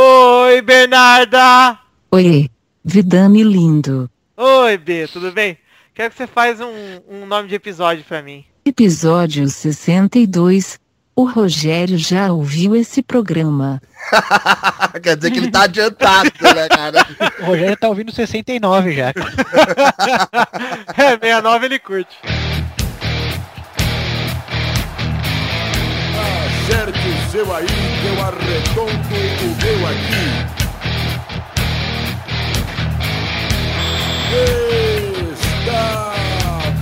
Oi, Bernarda! Oiê, Vidame lindo. Oi, B, tudo bem? Quero que você faz um, um nome de episódio pra mim. Episódio 62. O Rogério já ouviu esse programa. Quer dizer que ele tá adiantado, né, cara? O Rogério tá ouvindo 69 já. É, 69 ele curte. Acerte o seu aí, que eu arredondo o meu aqui. Está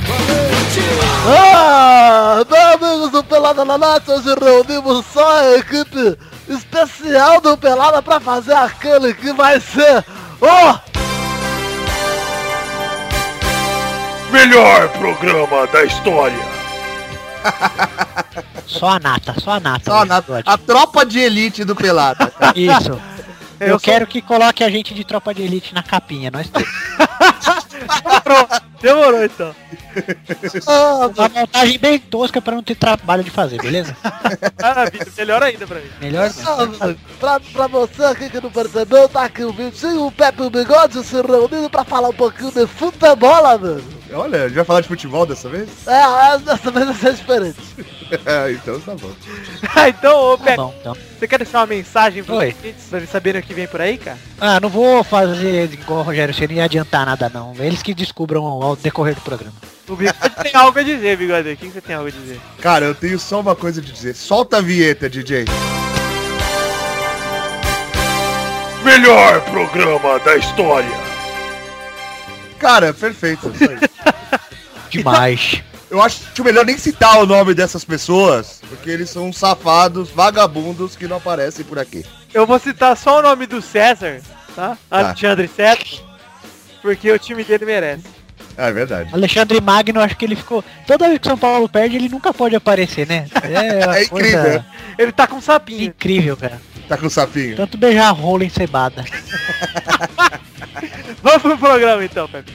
valente! Ah, meu amigos do Pelada na Lata, hoje reunimos só a equipe especial do Pelada pra fazer aquele que vai ser o Melhor programa da história. Só a nata, só a nata. Só nesse na- episódio. a tropa de elite do Pelada. cara. Isso. Eu, Eu sou- quero que coloque a gente de tropa de elite na capinha, nós todos. Demorou então. Ah, Uma montagem bem tosca pra não ter trabalho de fazer, beleza? Maravilha, Ah, melhor ainda pra mim. Melhor não. Ah, Pra, pra você aqui que não percebeu, tá aqui o Vitinho, o Pepe e o Bigode se reunindo pra falar um pouquinho de futebol, amigo. Olha, a gente vai falar de futebol dessa vez? É, é, dessa vez vai ser diferente. É, então tá bom. Ah, então, ô, Tá Pepe, bom, então. você quer deixar uma mensagem pros Oi. ouvintes pra eles saberem o que vem por aí, cara? Ah, não vou fazer igual o Rogério Ceni e adiantar nada não. Eles que descubram ao decorrer do programa. O Bigode tem algo a dizer, Bigode. O que você tem algo a dizer? Cara, eu tenho só uma coisa de dizer. Solta a vinheta, DJ. Melhor programa da história. Cara, perfeito. só isso. Demais. Eu acho é melhor nem citar o nome dessas pessoas, porque eles são uns safados, vagabundos que não aparecem por aqui. Eu vou citar só o nome do César, tá? Alexandre César. Porque o time dele merece. Ah, é verdade. Alexandre Magno, acho que ele ficou... Toda vez que o São Paulo perde, ele nunca pode aparecer, né? É, uma É incrível. coisa Ele tá com um sapinho. incrível, cara. Tá com o sapinho. Tanto beijar rola encebada. Vamos pro programa então, Pepe.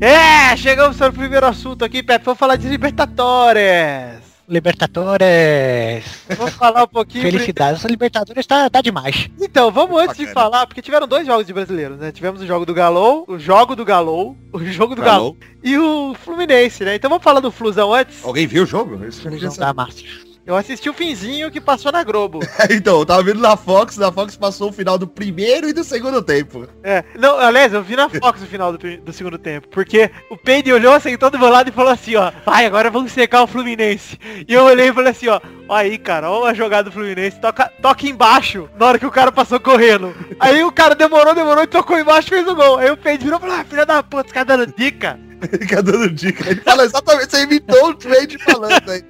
É, chegamos para o primeiro assunto aqui, Pepe. Vamos falar de Libertadores. Libertadores. é Vamos falar um pouquinho. Felicidades. Essa Libertadores tá, tá demais. Então, vamos antes de Bacana. falar, porque tiveram dois jogos de brasileiros, né? Tivemos o jogo do Galol, o jogo do Galol, o jogo do Galol e o Fluminense, né? Então vamos falar do Flusão antes. Alguém viu o jogo? Isso que eu queria Não saber. dá, Márcio. Eu assisti o finzinho que passou na Globo. Então, eu tava vendo na Fox, na Fox passou o final do primeiro e do segundo tempo. É, não, aliás, eu vi na Fox o final do, pri- do segundo tempo, porque o Peide olhou, sentou do meu lado e falou assim, ó, vai, agora vamos secar o Fluminense. E eu olhei e falei assim, ó, ó aí, cara, ó a jogada do Fluminense, toca, toca embaixo, na hora que o cara passou correndo. Aí o cara demorou, demorou e tocou embaixo e fez o gol. Aí o Peide virou e falou, ah, filha da puta, os caras dando dica. Fica dando dica. Ele fala exatamente, você imitou o trade falando aí.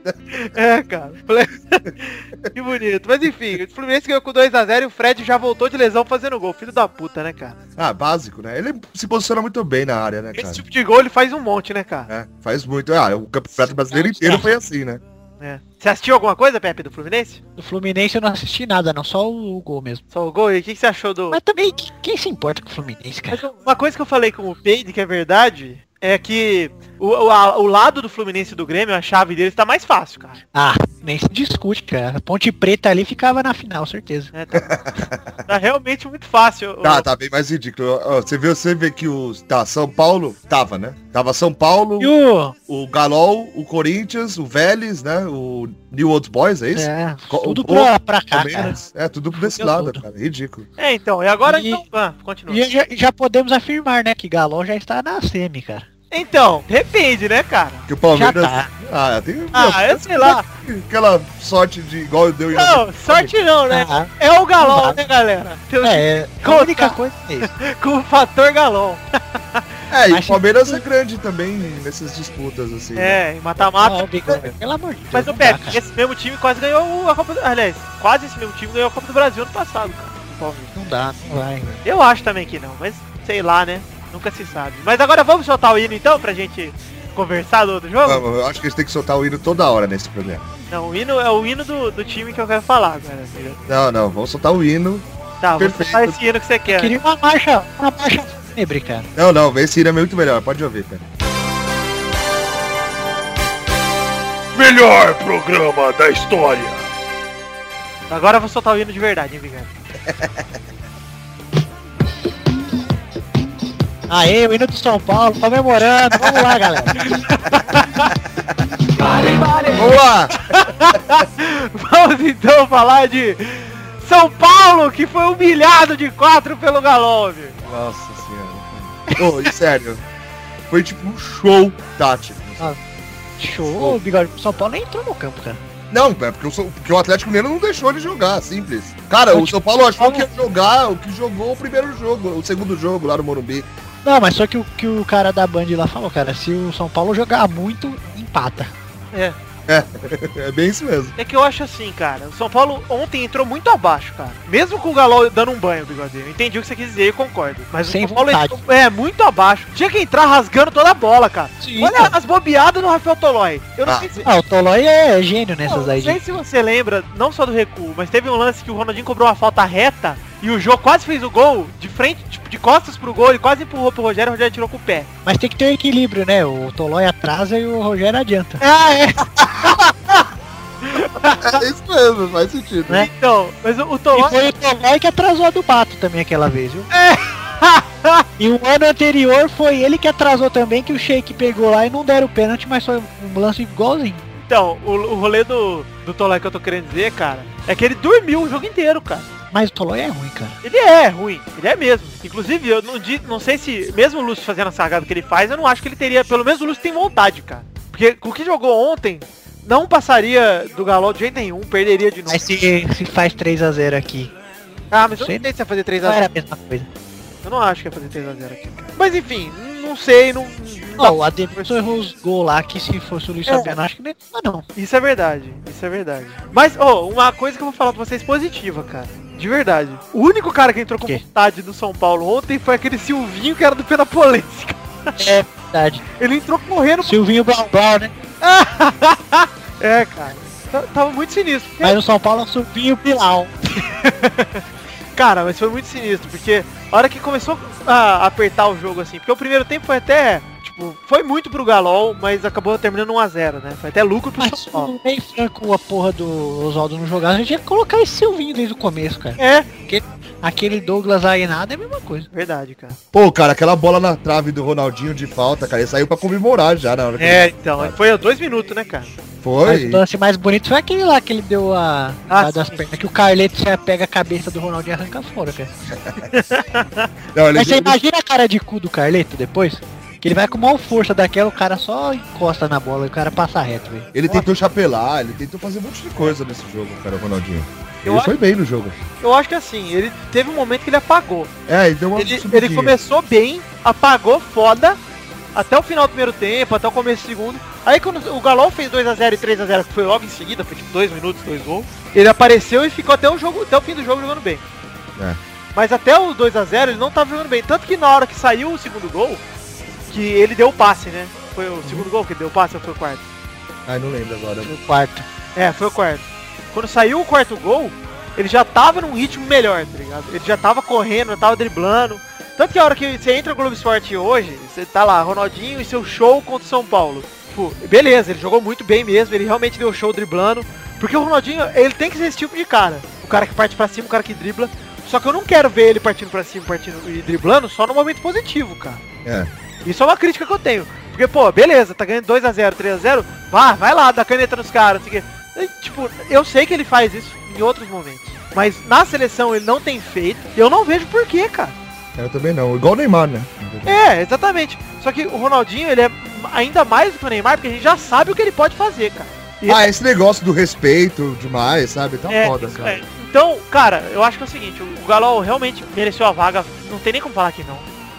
É, cara. Falei- que bonito. Mas enfim, o Fluminense ganhou com 2x0 e o Fred já voltou de lesão fazendo gol. Filho da puta, né, cara? Ah, básico, né? Ele se posiciona muito bem na área, né, cara? Esse tipo de gol ele faz um monte, né, cara? É, faz muito. Ah, o campeonato brasileiro inteiro foi assim, né? É. Você assistiu alguma coisa, Pepe, do Fluminense? Do Fluminense eu não assisti nada, não. Só o, o gol mesmo. Só o gol? E o que que você achou do... Mas também, que- quem se importa com o Fluminense, cara? Mas uma coisa que eu falei com o Peide, que é verdade, é que o, o, a- o lado do Fluminense e do Grêmio, a chave deles tá mais fácil, cara. Ah, nem se discute, cara. A Ponte Preta ali ficava na final, certeza. É, tá, tá realmente muito fácil. Tá, tá bem mais ridículo. Ó, Você vê, você vê que o. Tá, São Paulo. Tava, né? Tava São Paulo, E o... o Galol, o Corinthians, o Vélez, né? O New Old Boys, é isso? É, Co- tudo o gol pra, pra cá, cara. Palmeiras. É, tudo desse Fudeu lado, tudo. cara. Ridículo. É, então. E agora, E- então... Ah, continua. E já, já podemos afirmar, né, que Galol já está na semi, cara. Então, depende, né, cara? Que o Palmeiras. Já tá. Ah, tem. Ah, eu sei lá. meu, aquela sorte de igual deu em. Não, sorte não, né? Ah, É o galão, Não né, galera? Tem um- é, a Conta. única coisa é isso. Com o fator galão. É, e Acho o Palmeiras é grande também nessas disputas, assim. né? É, em mata-mata. Ah, o Bigode, Pelo amor de Deus. Mas o não dá, Pepe, cara. esse mesmo time quase ganhou a Copa do... Aliás, quase esse mesmo time ganhou a Copa do Brasil ano passado, cara. o Palmeiras. Não dá, não vai. velho. Eu acho também que não, mas sei lá, né? Nunca se sabe. Mas agora vamos soltar o hino então pra gente conversar do outro jogo? Vamos, eu acho que a gente tem que soltar o hino toda hora nesse programa. Não, o hino é o hino do, do time que eu quero falar agora. tá ligado? Não, não, vamos soltar o hino. Tá, vou Perfeito. soltar esse hino que você quer. Queria uma marcha, uma marcha fúnebre, cara. Não, não, esse hino é muito melhor, pode ouvir, cara. Melhor programa da história. Agora eu vou soltar o hino de verdade, hein, Vigano? Aê, o hino do São Paulo, comemorando, vamos lá, galera. Boa! Vamos então falar de São Paulo, que foi humilhado de 4 pelo Galove. Nossa senhora. Ô, e sério, foi tipo um show tático. Show, bigode, o São Paulo nem entrou no campo, cara. Não, é porque, o São- porque o Atlético Mineiro não deixou ele jogar, simples. Cara, o São Paulo achou que ia jogar o que jogou o primeiro jogo, o segundo jogo lá no Morumbi. Não, mas só que o, que o cara da Band lá falou, cara, se o São Paulo jogar muito, empata. É bem isso mesmo. É que eu acho assim, cara. O São Paulo ontem entrou muito abaixo, cara. Mesmo com o Galo dando um banho, bigodeiro. Entendi o que você quis dizer, eu concordo. Mas Sem o São Paulo vontade. entrou- é muito abaixo. Tinha que entrar rasgando toda a bola, cara. Sim, Olha cara. as bobeadas no Rafael Tolói. Eu não Ah. sei se... Ah, o Tolói é gênio Não, nessas não aí. sei De... se você lembra, não só do recuo, mas teve um lance que o Ronaldinho cobrou uma falta reta e o Jô quase fez o gol de frente, tipo, de costas pro gol, ele quase empurrou pro Rogério, o Rogério tirou com o pé. Mas tem que ter um equilíbrio, né? O Tolói atrasa e o Rogério adianta. Ah, é, É isso mesmo, faz sentido. Né? então, mas o, o E Tolói... foi o Tolói que atrasou a do Bato também aquela vez, viu? É. E o ano anterior foi ele que atrasou também, que o Sheik pegou lá e não deram o pênalti, mas foi um lance igualzinho. Então, o, o rolê do, do Tolói que eu tô querendo dizer, cara, é que ele dormiu o jogo inteiro, cara. Mas o Tolói é ruim, cara. Ele é ruim, ele é mesmo. Inclusive, eu não, di- não sei se, mesmo o Lúcio fazendo a cagada que ele faz, eu não acho que ele teria, pelo menos o Lúcio tem vontade, cara. Porque com o que jogou ontem, não passaria do Galo de jeito nenhum, perderia de novo. Mas se, se faz 3x0 aqui, Ah, mas eu Sei. não sei se ia fazer não 3x0. era a mesma coisa. Eu não acho que ia fazer 3x0 aqui. Mas enfim, n- não sei, não. não dá- Não, o Ademilson errou os gols lá, que se fosse o Luiz Fabiano, acho que nem ah, não. Isso é verdade, isso é verdade. Mas, ô, uma coisa que eu vou falar pra vocês positiva, cara. De verdade. O único cara que entrou com Quê? vontade do São Paulo ontem foi aquele Silvinho que era do Penapolense. cara. É verdade. Ele entrou correndo. Silvinho Blau Blau, né? É, cara. t- Tava muito sinistro. Porque- Mas o São Paulo é o Silvinho Bilau. Cara, mas foi muito sinistro, porque a hora que começou a apertar o jogo, assim, porque o primeiro tempo foi até, tipo, foi muito pro Galol, mas acabou terminando 1x0, né? Foi até lucro pro Mas São se Paulo. Então, o Ney Franco, a porra do Oswaldo não jogar, a gente ia colocar esse Silvinho desde o começo, cara. É, Aquele Douglas aí nada é a mesma coisa. verdade, cara. Pô, cara, aquela bola na trave do Ronaldinho de falta, cara, ele saiu pra comemorar já na hora que É, então, foi dois minutos, né, cara? ele Mas o foi. lance mais bonito foi aquele lá que ele deu a, Ah, a das sim. pernas, que o Carleto você pega a cabeça do Ronaldinho e arranca fora, cara. Não, ele, Mas você ele- imagina a cara de cu do Carleto depois? Que ele vai com maior força daquela, o cara só encosta na bola e o cara passa reto, velho. ele tentou chapelar, ele tentou fazer um monte de coisa nesse jogo, cara, o Ronaldinho. Eu ele acho- foi bem no jogo. Eu acho que assim, ele teve um momento que ele apagou. É, ele deu uma Ele, subidinha. ele começou bem, apagou foda, até o final do primeiro tempo, até o começo do segundo. Aí quando o Galol fez 2x0 e 3x0, que foi logo em seguida, foi tipo dois minutos, dois gols, ele apareceu e ficou até o, jogo, até o fim do jogo jogando bem. É. Mas até o 2x0 ele não tava jogando bem. Tanto que na hora que saiu o segundo gol, que ele deu o passe, né? Foi o segundo gol que ele deu o passe ou foi o quarto? Ai, não lembro agora. No quarto. É, foi o quarto. Quando saiu o quarto gol, ele já tava num ritmo melhor, tá ligado? Ele já tava correndo, já tava driblando. Tanto que a hora que você entra no Globo Esporte hoje, você tá lá, Ronaldinho e seu show contra o São Paulo. Tipo, beleza, ele jogou muito bem mesmo, ele realmente deu show driblando. Porque o Ronaldinho, ele tem que ser esse tipo de cara. O cara que parte pra cima, o cara que dribla. Só que eu não quero ver ele partindo pra cima, partindo e driblando só no momento positivo, cara. É. Isso é uma crítica que eu tenho. Porque, pô, beleza, tá ganhando 2x0, 3x0, vá, vai lá, dá caneta nos caras, não sei o quê. E, Tipo, eu sei que ele faz isso em outros momentos. Mas na seleção ele não tem feito. E eu não vejo porquê, cara. Eu também não. Igual o Neymar, né? É, exatamente. Só que o Ronaldinho, ele é ainda mais do que o Neymar, porque a gente já sabe o que ele pode fazer, cara. Ah, esse negócio do respeito demais, sabe? Tá É, foda, isso cara. é. Então, cara, eu acho que é o seguinte, o Galo realmente mereceu a vaga. Não tem nem como falar que não.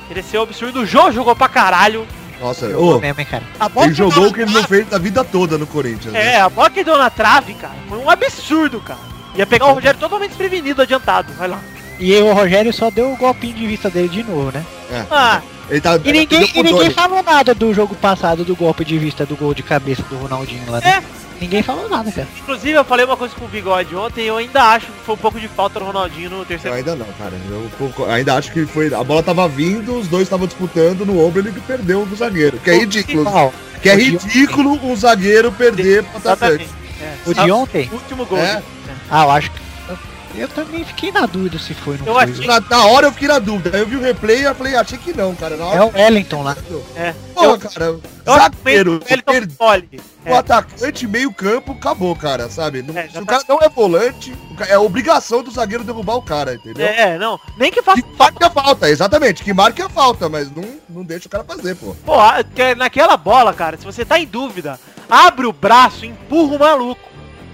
Mereceu absurdo. O Jô jogou pra caralho. Nossa, Jogou ô, mesmo, hein, cara. A bola ele que deu jogou na o que ele não fez na vida toda no Corinthians. né? É, a bola que deu na trave, cara, foi um absurdo, cara. Ia pegar o Rogério totalmente desprevenido, adiantado. Vai lá. E o Rogério só deu o golpinho de vista dele de novo, né? É. Ah, Ele tá E ninguém, perdeu e o controle. ninguém falou nada do jogo passado do golpe de vista do gol de cabeça do Ronaldinho lá, né? É, Ninguém falou nada, cara. Inclusive, eu falei uma coisa com o Bigode ontem, eu ainda acho que foi um pouco de falta do Ronaldinho no Eu terceiro. ainda não, cara. Eu concordo- ainda acho que foi. A bola tava vindo, os dois estavam disputando no ombro ele que perdeu o zagueiro. Que é ridículo. Que é ridículo um zagueiro perder pro atacante. Exatamente. É. O de ontem? O último gol. É. né? Ah, eu acho que. eu- Eu também fiquei na dúvida se foi no Eu acho Na, na hora eu fiquei na dúvida. Aí eu vi o replay e eu falei, achei que não, cara. Na É hora. o Wellington lá. Pô, eu- cara. Eu acho que Zagueiro. o é Wellington perdeu Poli. O atacante, meio campo, acabou, cara, sabe? Não- É, já se o tá- cara não é volante, o ca- é obrigação do zagueiro derrubar o cara, entendeu? É, é, não. Nem que faça Que marque a falta, exatamente, que marque a falta, mas não, não deixa o cara fazer, pô. Pô, a- que- é naquela bola, cara, se você tá em dúvida, abre o braço, empurra o maluco.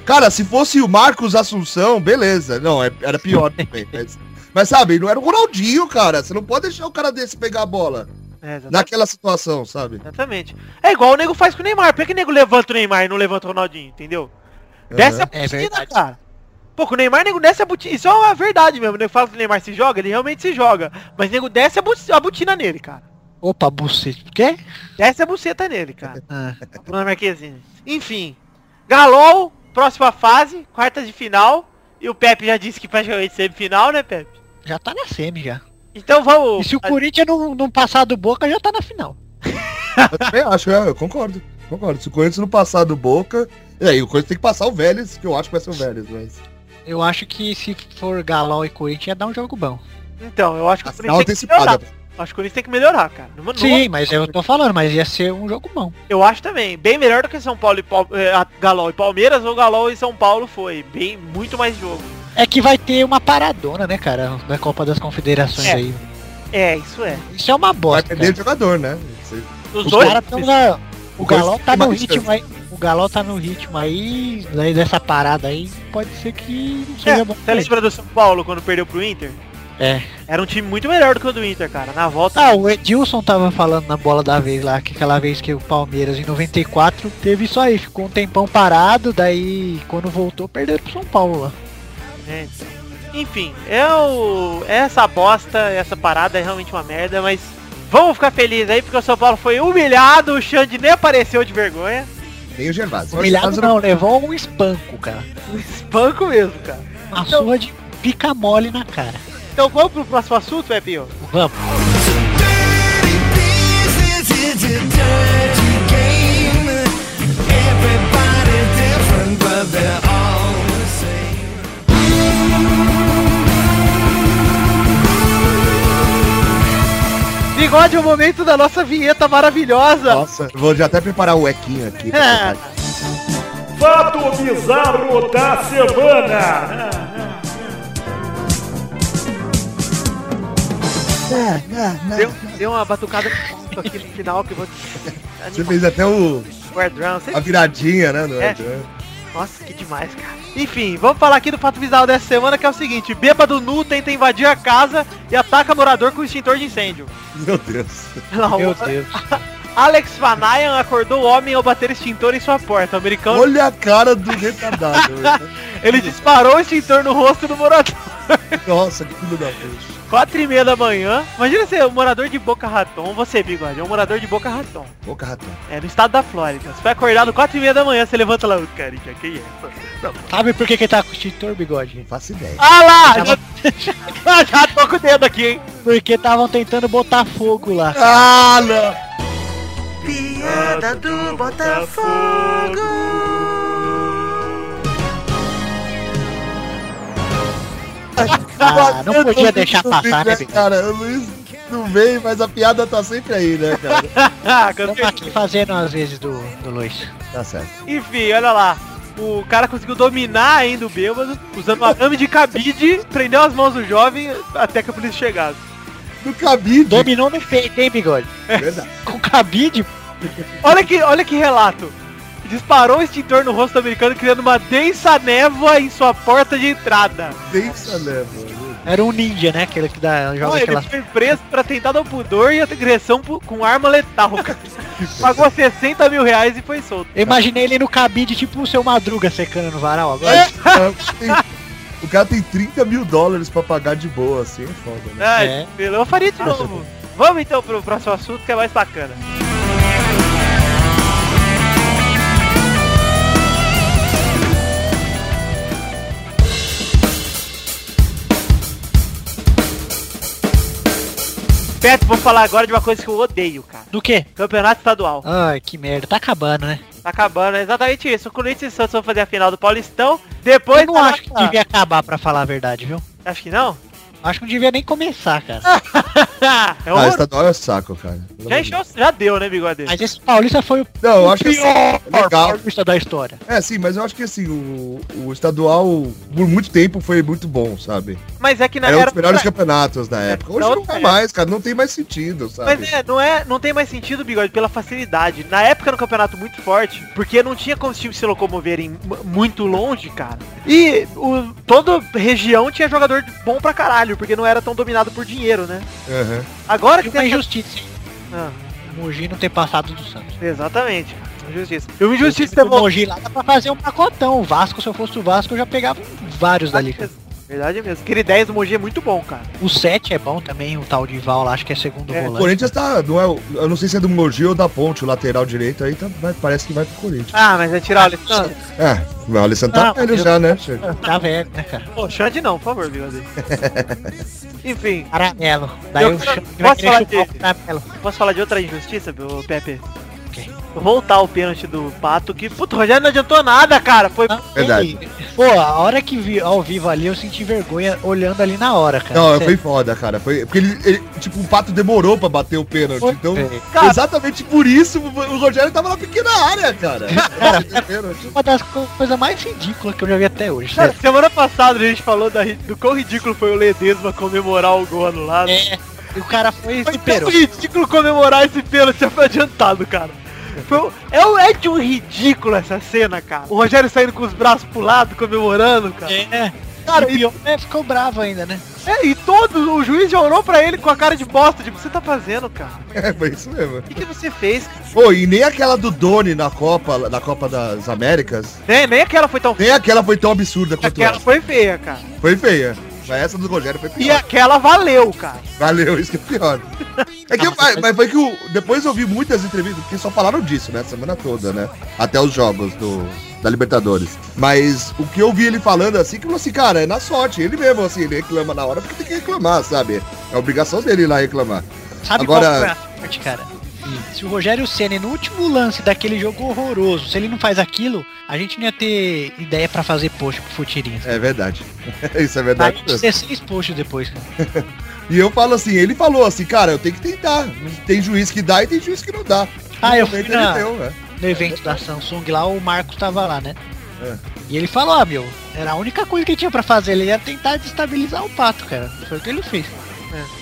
Cara, se fosse o Marcos Assunção, beleza. Não, é- era pior também. Mas, mas, sabe, não era o Ronaldinho, cara. Você não pode deixar o cara desse pegar a bola É, exatamente. naquela situação, sabe? Exatamente. É igual o nego faz com o Neymar. Por que que o nego levanta o Neymar e não levanta o Ronaldinho, entendeu? Desce a Aham. É botina, verdade. cara. Pô, com o Neymar, nego desce a botina. Isso é uma verdade mesmo. O nego fala que o Neymar se joga, ele realmente se joga. Mas nego desce a, bu- a botina nele, cara. Opa, bucete. Por quê? Desce é a buceta nele, cara. Ah, Bruna Marquezine. assim, Enfim. Galol, próxima fase, quartas de final. E o Pepe já disse que praticamente semifinal, né, Pepe? já tá na semi já. Então E vamos. se o Corinthians não, não passar do Boca, já tá na final. Eu também acho, é, eu concordo. Concordo. Se o Corinthians não passar do Boca... E aí, o Corinthians tem que passar o Vélez, que eu acho que vai ser o Vélez, mas... Eu acho que se for Galol e Corinthians, ia dar um jogo bom. Então, eu acho que A o final Corinthians tem que melhorar. antecipada. Acho que o Corinthians tem que melhorar, cara. Não- não- Tá Sim, mas eu tô falando, mas ia ser um jogo bom. Eu acho também. Bem melhor do que São Paulo e Pal- eh, a- Galol e Palmeiras ou Galol e São Paulo foi. Bem, muito mais jogo. É que vai ter uma paradona, né, cara, na Copa das Confederações É. aí. É, isso é. Isso é uma Vai bosta. perder Cara. de jogador, né? Você- Os Os dois. Cara, tão na- O O Corinthians Galol tá tem no mais ritmo aí. O Galol tá no ritmo aí, né, dessa parada aí, pode ser que não seja É, bom. Você lembra do São Paulo quando perdeu pro Inter? É. Era um time muito melhor do que o do Inter, cara. Na volta. Ah, o Edilson tava falando na bola da vez lá, que aquela vez que o Palmeiras em 94 teve isso aí, ficou um tempão parado, daí quando voltou perdeu pro São Paulo lá. né? Enfim, é o. é Essa bosta, essa parada é realmente uma merda, mas. Vamos ficar felizes aí, porque o São Paulo foi humilhado, o Xande nem apareceu de vergonha. Nem o Gervásio. Humilhado não, levou um espanco, cara. Um espanco mesmo, cara. Uma surra de pica mole na cara. Então vamos pro próximo assunto, Pepinho? Vamos. Bigode é o momento da nossa vinheta maravilhosa. Nossa, eu vou já até preparar o equinho aqui. pra tocar. Fato bizarro da semana. Deu, deu uma batucada no ponto aqui no final que eu vou Você te fez até o, Guardrão, você- a viradinha, né? No É. Nossa, que demais, cara. Enfim, vamos falar aqui do fato bizarro dessa semana, que é o seguinte. Bêbado nu tenta invadir a casa e ataca morador com extintor de incêndio. Meu Deus. Lá, Meu o- Deus. Alex Van Nyan acordou o homem ao bater extintor em sua porta. O americano, Olha a cara do retardado. né? velho. ele disparou o extintor no rosto do morador. Nossa, que filho da puta. Quatro e meia da manhã. Imagina ser um morador de Boca Raton. Você, Bigode, é um morador de Boca Raton. Boca ratão. É, no estado da Flórida. Você vai acordado quatro e meia da manhã, você levanta lá. "Ô, Carinha, quem é? Sabe por que que ele tá com o extintor, bigode? Não faço ideia. Ah Tá lá! Já, já tô com o dedo aqui, hein? Porque estavam tentando botar fogo lá. Ah, não. Ah, não Eu podia tô deixar muito passar, né, feliz, Bigode? Cara, o Luiz não veio, mas a piada tá sempre aí, né, cara? Ah, Estamos cansei. aqui fazendo às vezes do, do Luiz. Tá certo. Enfim, olha lá. O cara conseguiu dominar ainda o bêbado, usando uma lama de cabide, prendeu as mãos do jovem até que a polícia chegasse. No cabide. Dominou no feito, hein, bigode? Verdade. Com cabide, Olha que, olha que relato. Disparou o extintor no rosto do americano, criando uma densa névoa em sua porta de entrada. Pensa, né, mano? era um ninja, né? Aquele que dá, joga Não, ele aquelas foi preso por atentado ao um pudor e agressão pu- com arma letal. cara. Pagou 60 mil reais e foi solto. Eu imaginei ele no cabide, tipo o seu Madruga secando no varal agora. Mas, cara, tem- O cara tem 30 mil dólares pra pagar de boa, assim, é foda, né? Ah, É. Eu faria de novo. Vamos então pro próximo assunto que é mais bacana. Beto, vou falar agora de uma coisa que eu odeio, cara. Do quê? Campeonato estadual. Ai, que merda. Tá acabando, né? Tá acabando, é exatamente isso. O Corinthians e o Santos vão fazer a final do Paulistão. Depois eu não tá lá- acho que devia acabar, pra falar a verdade, viu? Acho que não? Acho que não devia nem começar, cara. é Ah, horror. tá. estadual é saco, cara. já, encheu, já deu, né, bigode? Mas esse Paulista foi o Não, eu acho que é legal. Paulista da história. É, sim, mas eu acho que assim, o, o estadual por muito tempo foi muito bom, sabe? Mas é que na Era um era. dos melhores campeonatos na época. Hoje não não tá é. mais, cara, não tem mais sentido, sabe? Mas é, não é, não tem mais sentido, bigode, pela facilidade. Na época era um campeonato muito forte, porque não tinha como os times se locomoverem mu- muito longe, cara. E o, toda região tinha jogador bom pra caralho, porque não era tão dominado por dinheiro, né? Aham. Agora E que uma tem. essa- injustiça. Ah, O Mogi não ter passado do Santos. exatamente. cara. Injustiça. E uma injustiça é O Mogi lá dá pra fazer um pacotão. O Vasco, se eu fosse o Vasco, eu já pegava vários dali. cara. Verdade mesmo. Aquele 10 do Mogi é muito bom, cara. O 7 é bom também, o tal de Val lá, acho que é segundo É, O volante. Corinthians tá. Não é, o- eu não sei se é do Mogi ou da Ponte, o lateral direito aí, tá, vai- parece que vai pro Corinthians. Ah, mas é tirar o Alessandro. É, o Alessandro tá Ah, velho eu- já, né? Tá velho, né, cara? Pô, Xande não, por favor, bigode. Enfim, Caramelo. Daí Eu eu quero- chamo que vai posso falar querer chupar dele? o caramelo. Posso falar de outra injustiça, ô, Pepe? Ok. Voltar o pênalti do Pato, que, puto, o Rogério não adiantou nada, cara. Foi... Ah, Verdade. ele- Pô, a hora que vi ao vivo ali, eu senti vergonha olhando ali na hora, cara. Não, Sério. foi foda, cara. Foi, porque ele, ele- Tipo, o pato demorou pra bater o pênalti. Foi, então, velho. Cara- exatamente por isso o o Rogério tava na pequena área, cara. Bateu o pênalti. uma das co- coisas mais ridículas que eu já vi até hoje. Cara, sério. semana passada a gente falou da ri- do quão ridículo foi o Ledesma comemorar o gol anulado. É, e o cara foi e foi tão superou. ridículo comemorar esse pênalti, já foi adiantado, cara. Foi um- é, um- é de um ridículo essa cena, cara. O Rogério saindo com os braços pro lado, comemorando, cara. É, Cara, e, pior, né, ficou bravo ainda, né? É, e todo o juiz já olhou pra ele com a cara de bosta, tipo, o que você tá fazendo, cara? É, foi isso mesmo. O que, que você fez? cara?" Pô, e nem aquela do Doni na Copa, na Copa das Américas, Nem, nem aquela foi tão feia, nem aquela foi tão absurda quanto aquela essa. foi feia, cara. Foi feia. Mas essa do Rogério foi E pior. aquela valeu, cara. Valeu, isso que é pior. É Ah, que, mas, mas foi que o, depois eu vi muitas entrevistas, porque só falaram disso, né? A semana toda, né? Até os jogos do, da Libertadores. Mas o que eu vi ele falando assim, que falou assim, cara, é na sorte. Ele mesmo, assim, ele reclama na hora porque tem que reclamar, sabe? É obrigação dele ir lá reclamar. Sabe Agora- Hum. qual foi a sorte, cara? Se o Rogério Senna, no último lance daquele jogo horroroso, se ele não faz aquilo, a gente não ia ter ideia pra fazer post pro Futirinhas. É verdade. isso é A verdade. gente 16 posts depois, cara. E eu falo assim, ele falou assim, cara, eu tenho que tentar. Tem juiz que dá e tem juiz que não dá. Ah, eu fui Ele na, deu, né? no evento da Samsung lá, o Marcos tava lá, né? É. E ele falou, ah, meu, era a única coisa que ele tinha pra fazer, ele ia tentar destabilizar o pato, cara. Foi o que ele fez.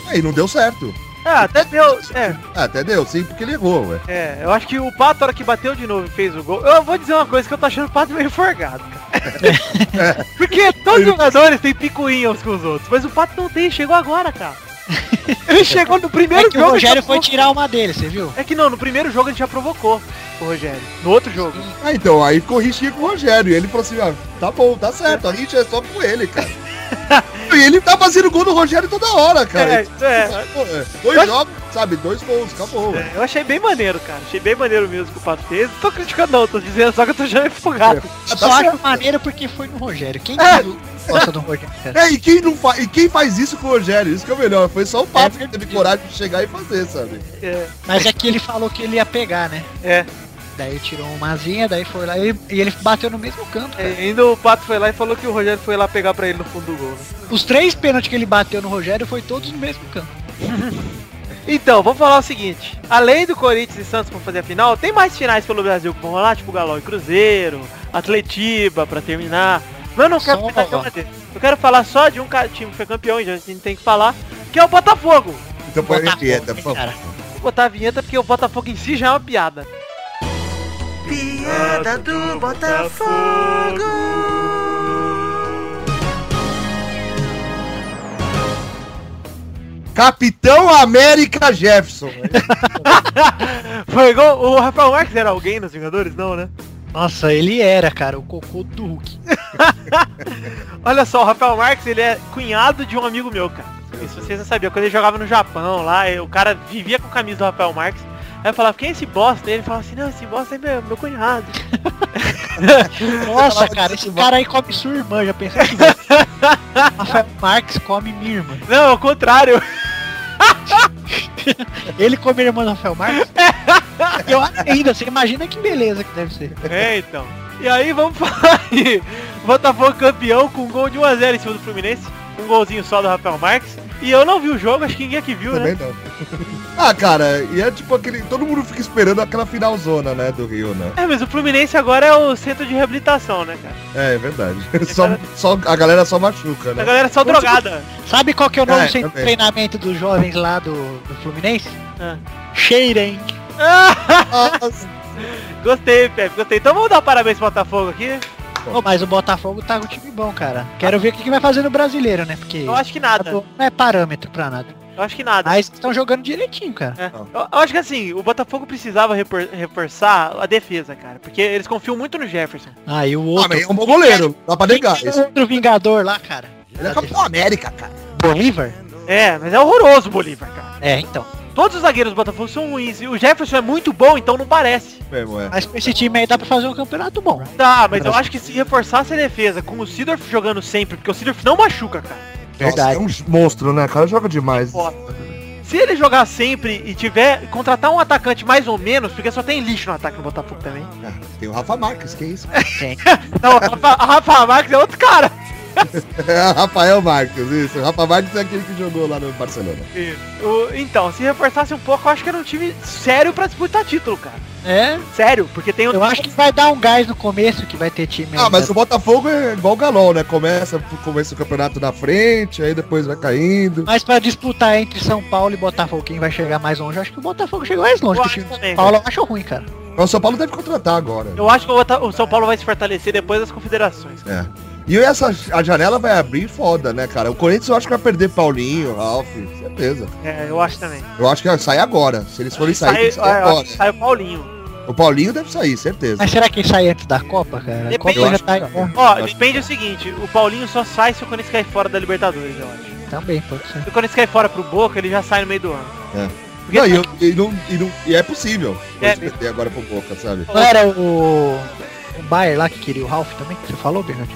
Aí não deu certo. É, até deu. É, Ah, até deu, sim, porque ele errou, ué. é, eu acho que o Pato, a hora que bateu de novo e fez o gol, eu vou dizer uma coisa que eu tô achando o Pato meio forgado, cara. Porque todos os jogadores têm picuinha uns com os outros, mas o Pato não tem, chegou agora, cara. Ele chegou no primeiro É que o jogo. tá ele Rogério já foi provocou. tirar uma dele, você viu? É que não, no primeiro jogo ele já provocou o Rogério. No outro jogo. Ah, então, aí ficou rixinha com o Rogério. E ele falou assim, ó, tá bom, tá certo, a rixa é só com ele, cara. e ele tá fazendo gol do Rogério toda hora, É, cara. assim, isso é. Dois jogos, sabe, dois gols, acabou, ué. É, Eu achei bem maneiro, cara. Achei bem maneiro mesmo que o Pato fez. Não tô criticando não, tô dizendo só que eu tô já empolgado. Ah, Só tá acho certo. maneiro porque foi no Rogério. Quem É. que gosta do Rogério, cara? É, e quem, não fa... e quem faz isso com o Rogério? Isso que é o melhor. Foi só o Pato que teve coragem de chegar e fazer, sabe? É, Mas é que ele falou que ele ia pegar, né? é. Daí tirou uma zinha, daí foi lá e, e ele bateu no mesmo canto. É, cara. ainda o Pato foi lá e falou que o Rogério foi lá pegar pra ele no fundo do gol. né? Os três pênaltis que ele bateu no Rogério foi todos no mesmo canto. Então, vamos falar o seguinte. Além do Corinthians e Santos pra fazer a final, tem mais finais pelo Brasil que vão rolar, tipo Galol e Cruzeiro, Atletiba pra terminar. Mas eu não quero Só falar de uma. uma deles. Eu quero falar só de um ca- time que foi campeão, e já a gente tem que falar, que é o Botafogo. Então põe a Botafogo, vinheta, por né, favor. cara? Vou botar a vinheta porque o Botafogo em si já é uma piada. Piada do Botafogo. Capitão América Jefferson. Foi igual o Rafael Marques era alguém nos Vingadores? Não, né? Nossa, ele era, cara, o cocô do Hulk. Olha só, o Rafael Marques, ele é cunhado de um amigo meu, cara. Isso vocês não sabiam. Quando ele jogava no Japão lá, eh, o cara vivia com a camisa do Rafael Marques. Aí eu falava, quem é esse bosta? E ele falava assim, não, esse bosta é meu, meu cunhado. Nossa, cara, esse cara aí come sua irmã, já pensou que Rafael Marques come minha irmã. Não, ao contrário. Ele como irmã do Rafael Marques? Eu ainda, você imagina que beleza que deve ser. É, então. E aí vamos falar aí. Botafogo campeão com um gol de 1x0 em cima do Fluminense. Um golzinho só do Rafael Marques. E eu não vi o jogo, acho que ninguém aqui viu, né? Também não. ah, cara, e é tipo aquele. Todo mundo fica esperando aquela finalzona, né? Do Rio, né? É, mas o Fluminense agora é o centro de reabilitação, né, cara? É, é verdade. Só, só, a galera só machuca, A né? galera é só Como se- drogada. Sabe qual que é o nome É, do centro de também. treinamento dos jovens lá do, do Fluminense? Ah. Cheirem. Nossa. Gostei, Pepe, gostei. Então vamos dar parabéns pro Botafogo aqui. né? Ô, mas o Botafogo tá com um time bom, cara. Quero ver o que, que vai fazer no brasileiro, né? Porque Eu acho que nada. não é parâmetro pra nada. Eu acho que nada. Mas estão jogando direitinho, cara. É. Eu, eu acho que assim, o Botafogo precisava repor- reforçar a defesa, cara. Porque eles confiam muito no Jefferson. Ah, e o Ah, outro. mas é um bom goleiro, dá pra negar. Quem que é Esse- o outro Vingador lá, cara. Ele é Capitão América, cara. Bolívar? É, mas é horroroso o Bolívar, cara. É, então. Todos os zagueiros do Botafogo são ruins. E o Jefferson é muito bom, então não parece. Mesmo, é. Mas com esse time aí dá pra fazer um campeonato bom. Tá, mas eu acho que se reforçasse a defesa com o Sidorf jogando sempre, porque o Sidorf não machuca, cara. Verdade. Nossa, é um monstro, né? O cara joga demais. Foda. Se ele jogar sempre e tiver contratar um atacante mais ou menos, porque só tem lixo no ataque do Botafogo também. Ah, Tem o Rafa Marques, que isso? Não, a Rafa, a Rafa Marques é outro cara. É, Rafael Marques, isso. O Rafa Marques é aquele que jogou lá no Barcelona. O- então, se reforçasse um pouco, eu acho que era um time sério pra disputar título, cara. É? Sério, porque tem Eu acho que vai dar um gás no começo que vai ter time né? Ah, ainda. mas o Botafogo é igual o Galol, né? Começa, começa o campeonato na frente, aí depois vai caindo. Mas pra disputar entre São Paulo e Botafogo, quem vai chegar mais longe? Eu acho que o Botafogo chegou mais longe. Eu porque acho o time também, São Paulo eu acho ruim, cara. Mas o São Paulo deve contratar agora. Eu acho que o Bota- o São Paulo vai se fortalecer depois das confederações. É. E essa a janela vai abrir foda, né, cara? O Corinthians eu acho que vai perder Paulinho, Ralf, certeza. É, eu acho também. Eu acho que vai sair agora. Se eles forem sair, tem que Sai, é, sair eu acho agora. que sai o Paulinho. O Paulinho deve sair, certeza. Mas será que sai antes da Copa, cara? A Depende. Copa Eu já acho tá que- é. em bom Ó, Eu acho depende o seguinte, o Paulinho só sai se o Corinthians cair fora da Libertadores, eu acho. também, pode ser. Se o Corinthians cair fora pro Boca, ele já sai no meio do ano. Porque- Não, e, eu- e não, e, não- e é possível. É. É. perder agora pro Boca, sabe? Não era o. O Bayer lá que queria o Ralf também, que você falou, Bernardo?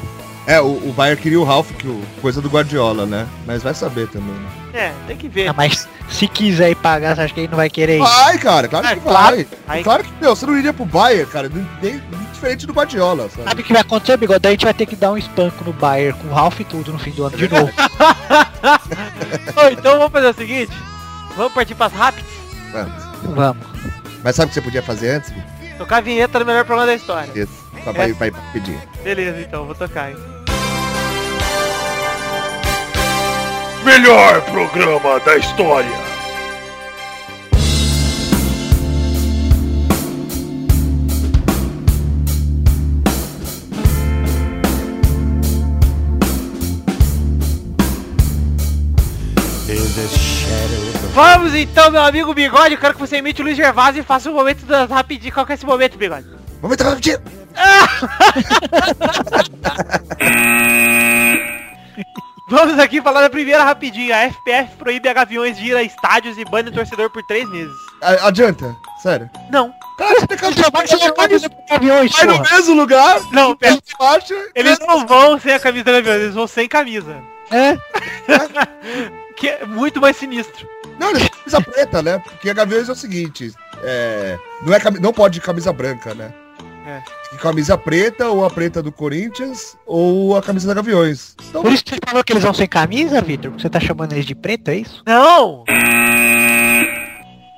É, o, o Bayern queria o Ralf, que o, coisa do Guardiola, né? Mas vai saber também. Né? É, tem que ver. Ah, mas se quiser ir pagar, você acha que ele não vai querer ir? Vai, cara, claro É, que claro. vai. Aí- Claro que, meu, você não iria pro Bayern, cara, nem, nem- nem diferente do Guardiola, sabe? Sabe o que vai acontecer, Bigode? A gente vai ter que dar um espanco no Bayer com o Ralf e tudo no fim do ano de novo. Ô, então vamos fazer o seguinte, vamos partir pras rápidas. Antes. Vamos. É. Mas sabe o que você podia fazer antes? Tocar a vinheta do melhor programa da história. Isso. Pra, pra, pra, pedir. Beleza, então, vou tocar, hein. Melhor programa da história. Vamos então, meu amigo Bigode, eu quero que você imite o Luiz Gervásio e faça o momento das rapidinhas. Qual que é esse momento, Bigode? Vamos entrar rapidinho! Vamos aqui falar da primeira rapidinha. A FPF proíbe a Gaviões de ir a estádios e bane o torcedor por três meses. A- Adianta, sério. Não. Cara, você tem que achar Mas você já tá vai indo pro aviões, no porra. mesmo lugar, Não, ele baixa. eles Então, não vão sem a camisa da Gaviões, eles vão sem camisa. É? Que é muito mais sinistro. Não, ele tem camisa preta, né? Porque a Gaviões é o seguinte, é, não, é cami- não pode ir camisa branca, né? É. E camisa preta, ou a preta do Corinthians, ou a camisa da Gaviões. Então, Por isso que você falou que eles vão sem camisa, Vitor? Porque você tá chamando eles de preto, é isso? Não!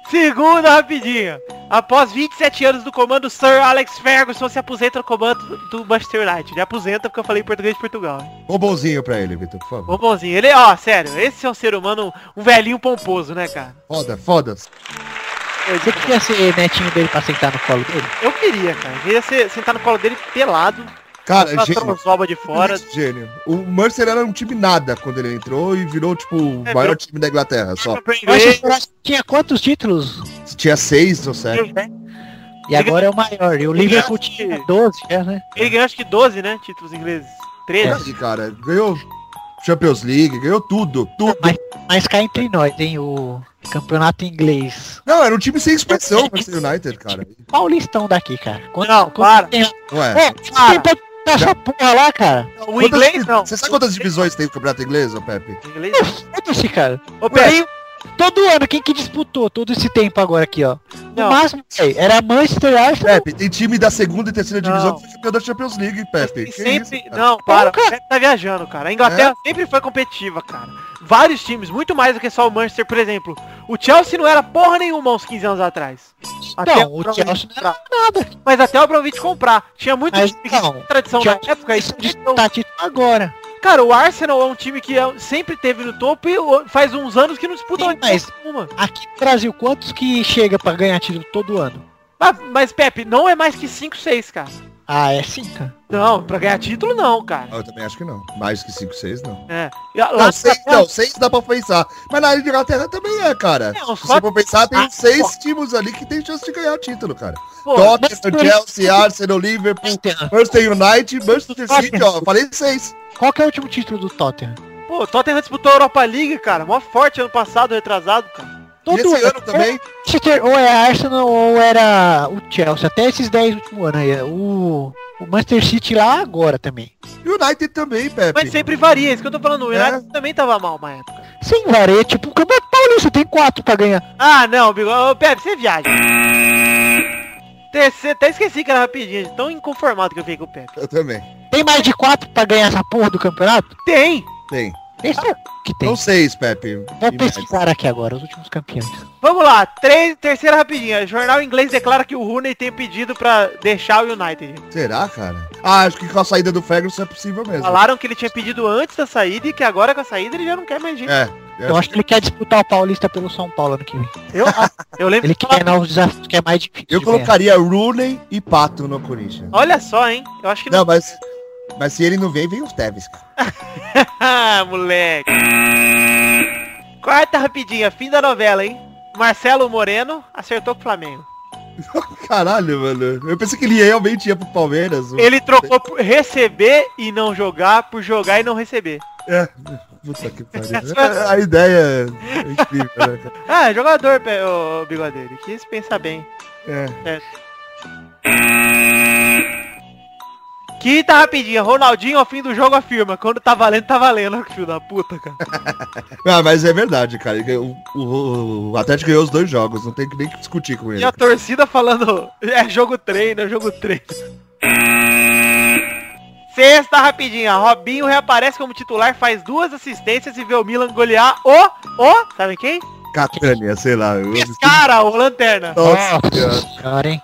Segunda rapidinha. Após 27 anos do comando, Sir Alex Ferguson se aposenta no comando do Manchester United. Ele aposenta porque eu falei em português de Portugal. né? robôzinho pra ele, Vitor, por favor. Ô bonzinho, ele, ó, sério, esse é um ser humano, um velhinho pomposo, né, cara? Foda, foda. Você queria ser netinho dele pra sentar no colo dele? Eu queria, cara. Eu queria ser, sentar no colo dele pelado, Cara, com a gênio. é transoba de Tá fora. Gênio. O Mercer era um time nada quando ele entrou e virou, tipo, o É, maior virou- time da Inglaterra só. Eu acho que o Jurassic tinha quantos títulos? Tinha seis ou sete. né? E agora é o maior. E o Liverpool Jurassic- tinha 12 já, né? Ele ganhou acho que 12, né? Títulos ingleses. É. 13. Aí, cara, ganhou Champions League, ganhou tudo, tudo. Mas cá entre nós, hein? O campeonato inglês. Não, era um time sem expressão, o Manchester United, cara. Paulistão daqui, cara. Quanto, Não, para. Tem... Ué, É, Para. tem pra botar essa porra lá, cara. O inglês não. Você sabe quantas divisões tem o campeonato inglês, ô Pepe? O inglês Foda-se, cara. não. Ô, Pepe, Todo ano, quem que disputou todo esse tempo agora aqui, ó? Não. No máximo, véi, era Manchester Arsenal. Pepe, tem time da segunda e terceira divisão Não. que foi campeão da Champions League, Pepe. E Que sempre. isso, cara? não, para. Nunca. Você tá viajando, cara. A Inglaterra É. sempre foi competitiva, cara. Vários times, muito mais do que só o Manchester, por exemplo. O Chelsea não era porra nenhuma há uns 15 anos atrás. Até tá Não, o Abramovich Chelsea não comprar. Mas até o Abramovich comprar. Tinha muito Mas time que tinha não, tradição Chelsea na época. isso Isso de tá título agora. Cara, o Arsenal é um time que é- sempre teve no topo e o- faz uns anos que não disputa Sim, uma mas- disputa nenhuma. Aqui no Brasil, quantos que chega pra ganhar título todo ano? Mas, mas, Pepe, não é mais que 5, 6, cara. Ah, é sim, cara. Não, pra ganhar título não, cara. Ah, Eu também acho que não. Mais que 5, 6, não. É. E a- lá- Não, 6 um. não. 6 dá pra pensar. Mas na área de Inglaterra também é, cara. Não, Se só- você for pensar, tem Ah, seis times ali que tem chance de ganhar o título, cara. pô, Tottenham, mas- Chelsea, Arsenal, Liverpool, Tottenham. Manchester United, Manchester Tottenham. City, ó. eu Falei seis. Qual que é o último título do Tottenham? então. Pô, o Tottenham disputou a Europa League, cara. Mó forte ano passado, retrasado, cara. E esse ano né? também. Manchester, ou é Arsenal ou era o Chelsea. Até esses 10 últimos anos aí. O, o Manchester City lá agora também. E o United também, Pepe. Mas é- sempre varia, isso que eu tô falando. O É. United também tava mal uma época. Sem varia, tipo, o Campeonato Paulista tem 4 pra ganhar. Ah, não, Bigode. Ô, Pepe, você viaja. TC, até esqueci que era rapidinho, de tão inconformado que eu fiquei com o Pepe. Eu também. Tem mais de 4 pra ganhar essa porra do campeonato? Tem! Tem. Esse é o que tem. Então seis, Pepe. Vou E pesquisar aqui agora, os últimos campeões. Vamos lá, três, terceira rapidinha. Jornal inglês declara que o Rooney tem pedido pra deixar o United. mais. Será, cara? Ah, acho que com a saída do Ferguson é possível mesmo. Falaram que ele tinha pedido antes da saída e que agora com a saída ele já não quer mais gente. É. Eu acho que ele quer disputar o Paulista pelo São Paulo ano que vem. Eu, ah, eu lembro É. Ele que quer novos desafios, que é mais difícil. Eu de colocaria Rooney e Pato no Corinthians. Olha só, hein? Eu acho que Não, mas... Mas se ele não vem, vem os Tevez, cara. Ah, moleque. Quarta rapidinha, fim da novela, hein? Marcelo Moreno acertou com o Flamengo. Caralho, mano. Eu pensei que ele realmente ia pro Palmeiras. Ele trocou por receber e não jogar por jogar e não receber. É. Puta que pariu. É, A ideia é incrível, né, cara? Ah, jogador, pe- ô bigodeiro, que se pensa bem. É. Quinta rapidinha, tá Ronaldinho ao fim do jogo afirma, quando tá valendo, tá valendo, filho da puta, cara. Ah, mas é verdade, cara. O, o- o Atlético ganhou os dois jogos, não tem que nem que discutir com ele. E a torcida falando, é jogo treino, é jogo treino. Sexta rapidinha, Robinho reaparece como titular, faz duas assistências e vê o Milan golear o, o, sabe quem? Catânia, sei lá. eu- Pescara, o Lanterna. Nossa, senhora. Ganhar. Cara, hein?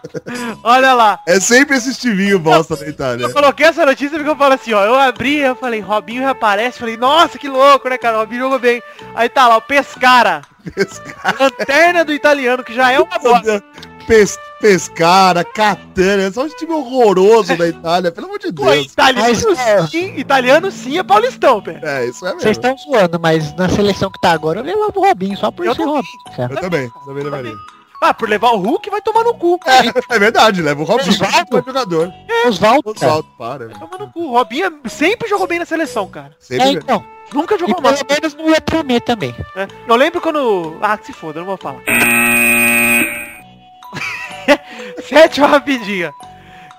Olha lá. é sempre esse timinho bosta né, tá, da Itália. Eu coloquei essa notícia porque eu falo assim, ó, eu abri, eu falei, Robinho reaparece, falei, nossa, que louco, né, cara, Robinho jogou bem. Aí tá lá, o Pescara, Pesca- Lanterna do italiano, que já é uma bosta. Pes- Pescara, Catânia, só esse time horroroso da Itália, pelo amor de Pô, Deus. italiano, Mas, é. sim, italiano sim é paulistão, pé. É, isso é Vocês mesmo. estão zoando, mas na seleção que tá agora, eu levava o Robinho, só por Eu isso o também. Robinho, cara. Eu também, também levaria. Ah, por levar o Hulk vai tomar no cu. É verdade, leva o Robinho, Osvaldo? que é um jogador. Oswaldo, cara. Osvaldo, para. velho. Toma no cu. O Robinho é- sempre jogou bem na seleção, cara. Sempre É, mesmo. então. Nunca E jogou mal. pelo menos não ia tremer também. né? Eu lembro quando. Ah, que se foda, eu não vou falar. Sétima rapidinha.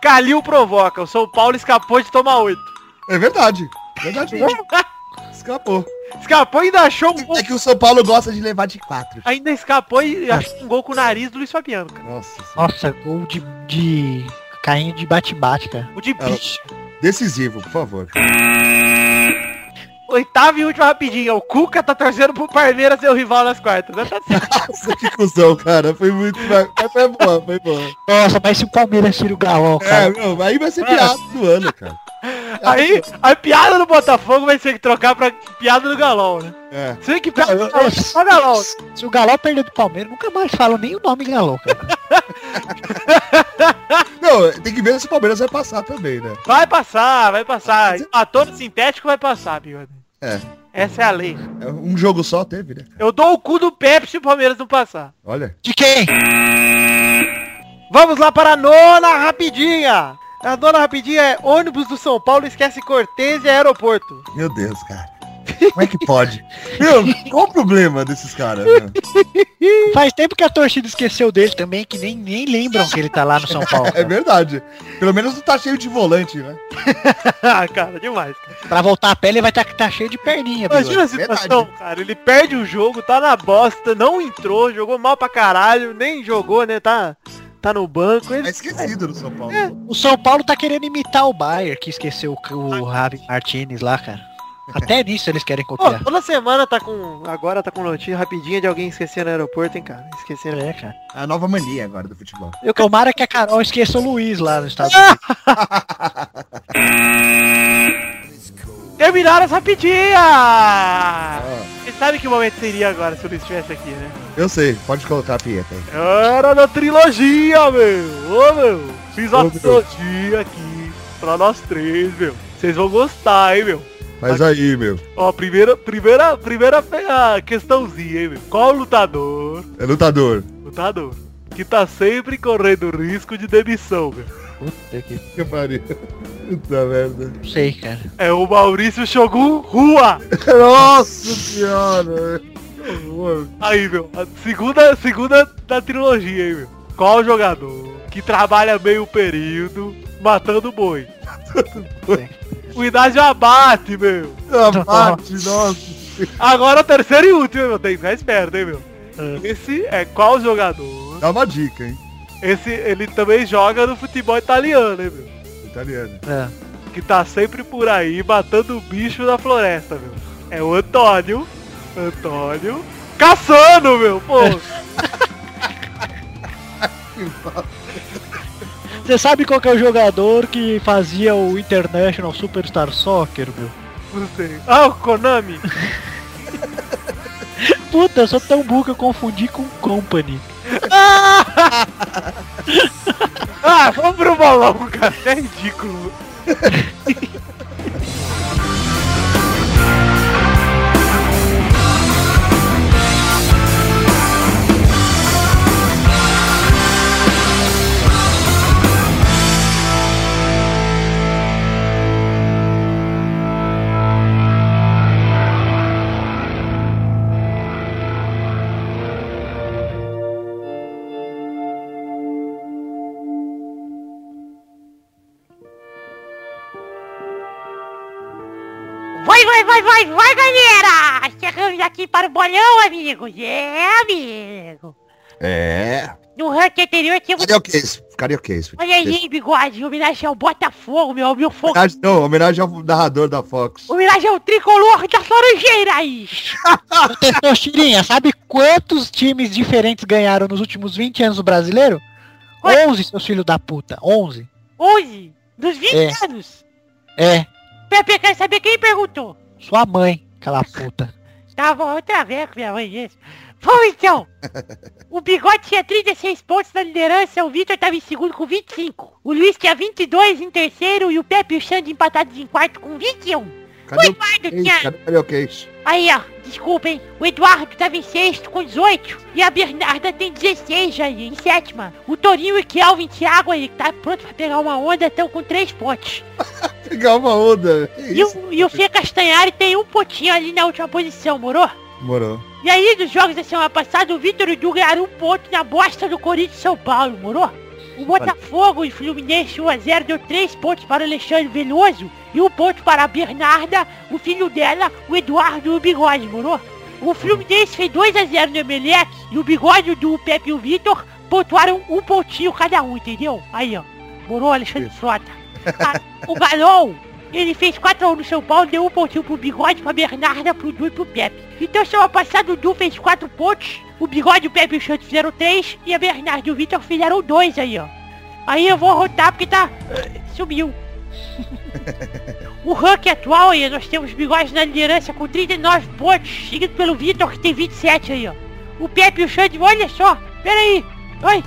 Calil provoca. O São Paulo escapou de tomar oito. É verdade. É. Verdade. É. Escapou. Escapou e ainda achou um gol. É que o São Paulo gosta de levar de quatro. Ainda escapou e achou um gol com o nariz do Luiz Fabiano, cara. Nossa. senhora. Nossa, gol de. de... Caindo de bate-bate, cara. O de É. bicho. Decisivo, por favor. Oitava e última rapidinha. O Cuca tá torcendo pro Palmeiras ser o rival nas quartas. Né? Tá certo. Nossa, que cuzão, cara. Foi muito. Mas foi boa, foi boa. Nossa, mas se o Palmeiras tira o Galol, É, cara. não, aí vai ser piada do ano, cara. Aí a piada do Botafogo vai ter que trocar pra piada do Galol, né? É. Se bem que piada do Eu- Galol, eu- só Galol. Se o Galol perder do Palmeiras, nunca mais falam nem o nome Galol, cara. Não, tem que ver se o Palmeiras vai passar também, né? Vai passar, vai passar. Matou no sintético, vai passar, bigode. É. Essa é a lei. É, Um jogo só teve, né? Eu dou o cu do Pepsi se o Palmeiras não passar. Olha. De quem? Vamos lá para a nona rapidinha. A nona rapidinha é ônibus do São Paulo esquece Cortez e aeroporto. Meu Deus, cara. Como é que pode? Meu, qual o problema desses caras? né? Faz tempo que a torcida esqueceu dele também, que nem, nem lembram que ele tá lá no São Paulo. É verdade. Pelo menos não tá cheio de volante, né? ah, cara, demais. cara. pra voltar a pele, ele vai estar tá, tá cheio de É perninha. Bilu. Imagina a situação, cara. Ele perde o jogo, tá na bosta, não entrou, jogou mal pra caralho, nem jogou, né? Tá, tá no banco. É Ele... esquecido no São Paulo. O São Paulo tá querendo imitar o Bayer, que esqueceu o, o Javi Martinez lá, cara. Até nisso eles querem Pô, copiar. toda semana tá com. Agora tá com notícia rapidinha de alguém esquecendo no aeroporto, hein, cara? Esquecendo. É, cara. É a nova mania agora do futebol. Eu tomara que a Carol esqueça o Luiz lá nos Estados Ah! Unidos. Terminaram as rapidinhas! Ah, Você sabe que momento seria agora se o Luiz estivesse aqui, né? eu sei, pode colocar a vinheta aí. Era da trilogia, meu! Ô, meu! Fiz Ô, a meu. trilogia aqui pra nós três, meu. Vocês vão gostar, hein, meu? Mas aí, meu. Ó, primeira, primeira, primeira pe- ah, questãozinha, hein, meu? Qual lutador, É lutador. lutador, que tá sempre correndo risco de demissão, meu? Puta que Que pariu. Puta merda. não sei, cara. É o Maurício Shogun Rua! Nossa senhora. Que horror. Aí, meu, a segunda, segunda da trilogia, hein, meu? Qual jogador que trabalha meio período matando boi? boi. O idade abate, meu! A parte, nossa. Agora o terceiro e último, meu. Tem que ficar esperto, hein, meu. Esse é qual jogador? Dá uma dica, hein? Esse, ele também joga no futebol italiano, hein, meu. Italiano. Ah, Que tá sempre por aí matando bicho na floresta, meu. É o Antônio. Antônio. Caçando, meu, pô. Você sabe qual que é o jogador que fazia o International Superstar Soccer, meu? Não sei. Ah, o Konami. Puta, eu sou tão burro que eu confundi com Company. Ah, vamos pro bolão, cara. É ridículo. Vai, vai, vai, vai, vai, galera! Chegamos aqui para o bolão, amigo! É, amigo! É. No ranking anterior tínhamos... Carioquês. Carioquês. Olha aí, hein, bigode! Em Homenagem ao Botafogo, meu, meu fogo! Homenagem, não, homenagem ao narrador da Fox. Homenagem ao tricolor tá das laranjeiras! Testosterinha, sabe quantos times diferentes ganharam nos últimos 20 anos do brasileiro? Ué? 11, seus filhos da puta. 11. 11 dos 20 É. anos! É, Pepe, quer saber quem perguntou? sua mãe, aquela puta. Tava outra vez com minha mãe isso. Vamos então! O Bigode tinha 36 pontos na liderança, o Vitor tava em segundo com 25. O Luiz tinha 22 em terceiro e o Pepe e o Xande empatados em quarto com 21. Cadê o o Eduardo Carioquês? tinha... Cadê o Carioquês? Aí, ó, desculpa, hein? O Eduardo tava em sexto com 18. E a Bernarda tem 16 aí, em sétima. O Torinho e o Kelvin Thiago aí, que tá pronto pra pegar uma onda, estão com 3 pontos. Pegar uma onda. Que E É isso? o, e o Fê Castanhari tem um pontinho ali na última posição, morou? Morou. E aí, dos jogos da semana passada, o Vitor e o Du ganharam um ponto na bosta do Corinthians e São Paulo, morou? O Botafogo e Fluminense 1x0 deu 3 pontos para o Alexandre Veloso e um ponto para a Bernarda, o filho dela, o Eduardo e o Bigode, morou? O Fluminense fez 2x0 no Emelec e o Bigode, o Du, o Pepe e o Vitor pontuaram um pontinho cada um, entendeu? Aí, ó. Morou, Alexandre Frota. Ah, o Balão, ele fez 4x1 no São Paulo, deu um pontinho pro Bigode, pra Bernarda, pro Du e pro Pepe. Então, semana passada, o Du fez 4 pontos, o Bigode, o Pepe e o Santos fizeram 3, e a Bernarda e o Vitor fizeram 2 aí, ó. Aí eu vou rotar porque tá... sumiu. O ranking atual aí, nós temos o Bigode na liderança com 39 pontos, seguido pelo Vitor, que tem 27 aí, ó. O Pepe e o Xande, olha só, pera aí, oi.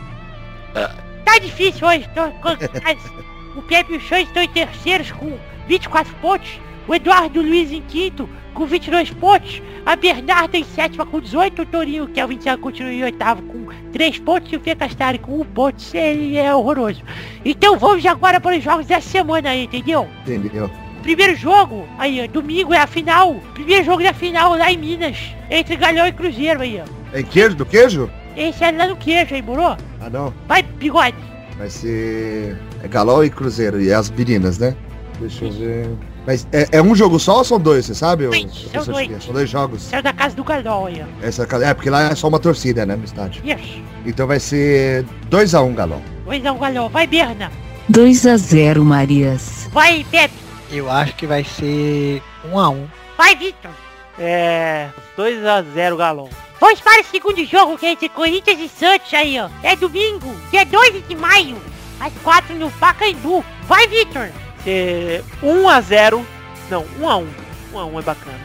Tá difícil hoje, tô cansado. O Pepe e o Xande estão em terceiros com 24 pontos. O Eduardo Luiz em quinto com 22 pontos. A Bernarda em sétima com 18. O Torinho, que é o 25, continua em oitavo com 3 pontos. E o Fê Castari um com 1 ponto. Isso aí é horroroso. Então vamos agora para os jogos dessa semana aí, entendeu? Entendeu? primeiro jogo, aí, ó, domingo é a final. Primeiro jogo da final lá em Minas, entre Galhão e Cruzeiro aí, ó. É queijo do queijo? Esse é lá no queijo, hein, moro? Ah não. Vai, bigode. Vai ser. É Galol e Cruzeiro. E as meninas, né? Deixa eu ver. Mas é, é um jogo só ou são dois, você sabe? ô, Dois, professor são dois. Chiquinha? São dois É. jogos. Saiu da casa do Galhão aí, ó. Essa, é, porque lá é só uma torcida, né? No estádio. Isso. Então vai ser 2x1, um, Galol. Pois é, o Galhão. Vai, Berna. 2 a 0 Marias. Vai, Pepe. Eu acho que vai ser um a um. Vai, Vitor. É. 2x0 Galão. Vamos para o segundo jogo, que é entre Corinthians e Santos aí, ó. É domingo, dia 2 de maio, às 4 no Pacaembu. Vai, Vitor. É, 1x0. Não, 1x1. 1x1 é bacana.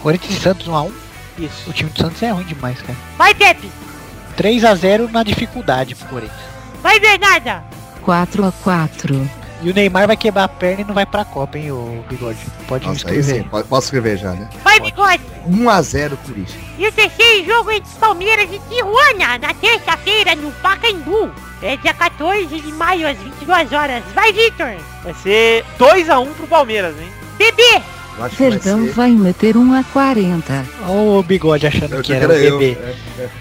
Corinthians e Santos um a um. Isso. O time do Santos é ruim demais, cara. Vai, Pepe. 3 a 0 na dificuldade pro Corinthians. Vai, Bernarda. 4 a 4. E o Neymar vai quebrar a perna e não vai pra Copa, hein, o Bigode. Pode me Nossa, aí escrever. sim. po- Posso escrever já, né? Vai, Bigode. 1x0 Corinthians. E o terceiro jogo entre Palmeiras e Tijuana, na terça-feira, no Pacaembu. É dia 14 de maio, às 22 horas. Vai, Vitor. Vai ser 2x1 pro Palmeiras, hein? Bebê. Eu acho que vai Verdão ser- vai meter 1 a 40. Olha o Bigode achando Eu que achei era o que era eu. bebê.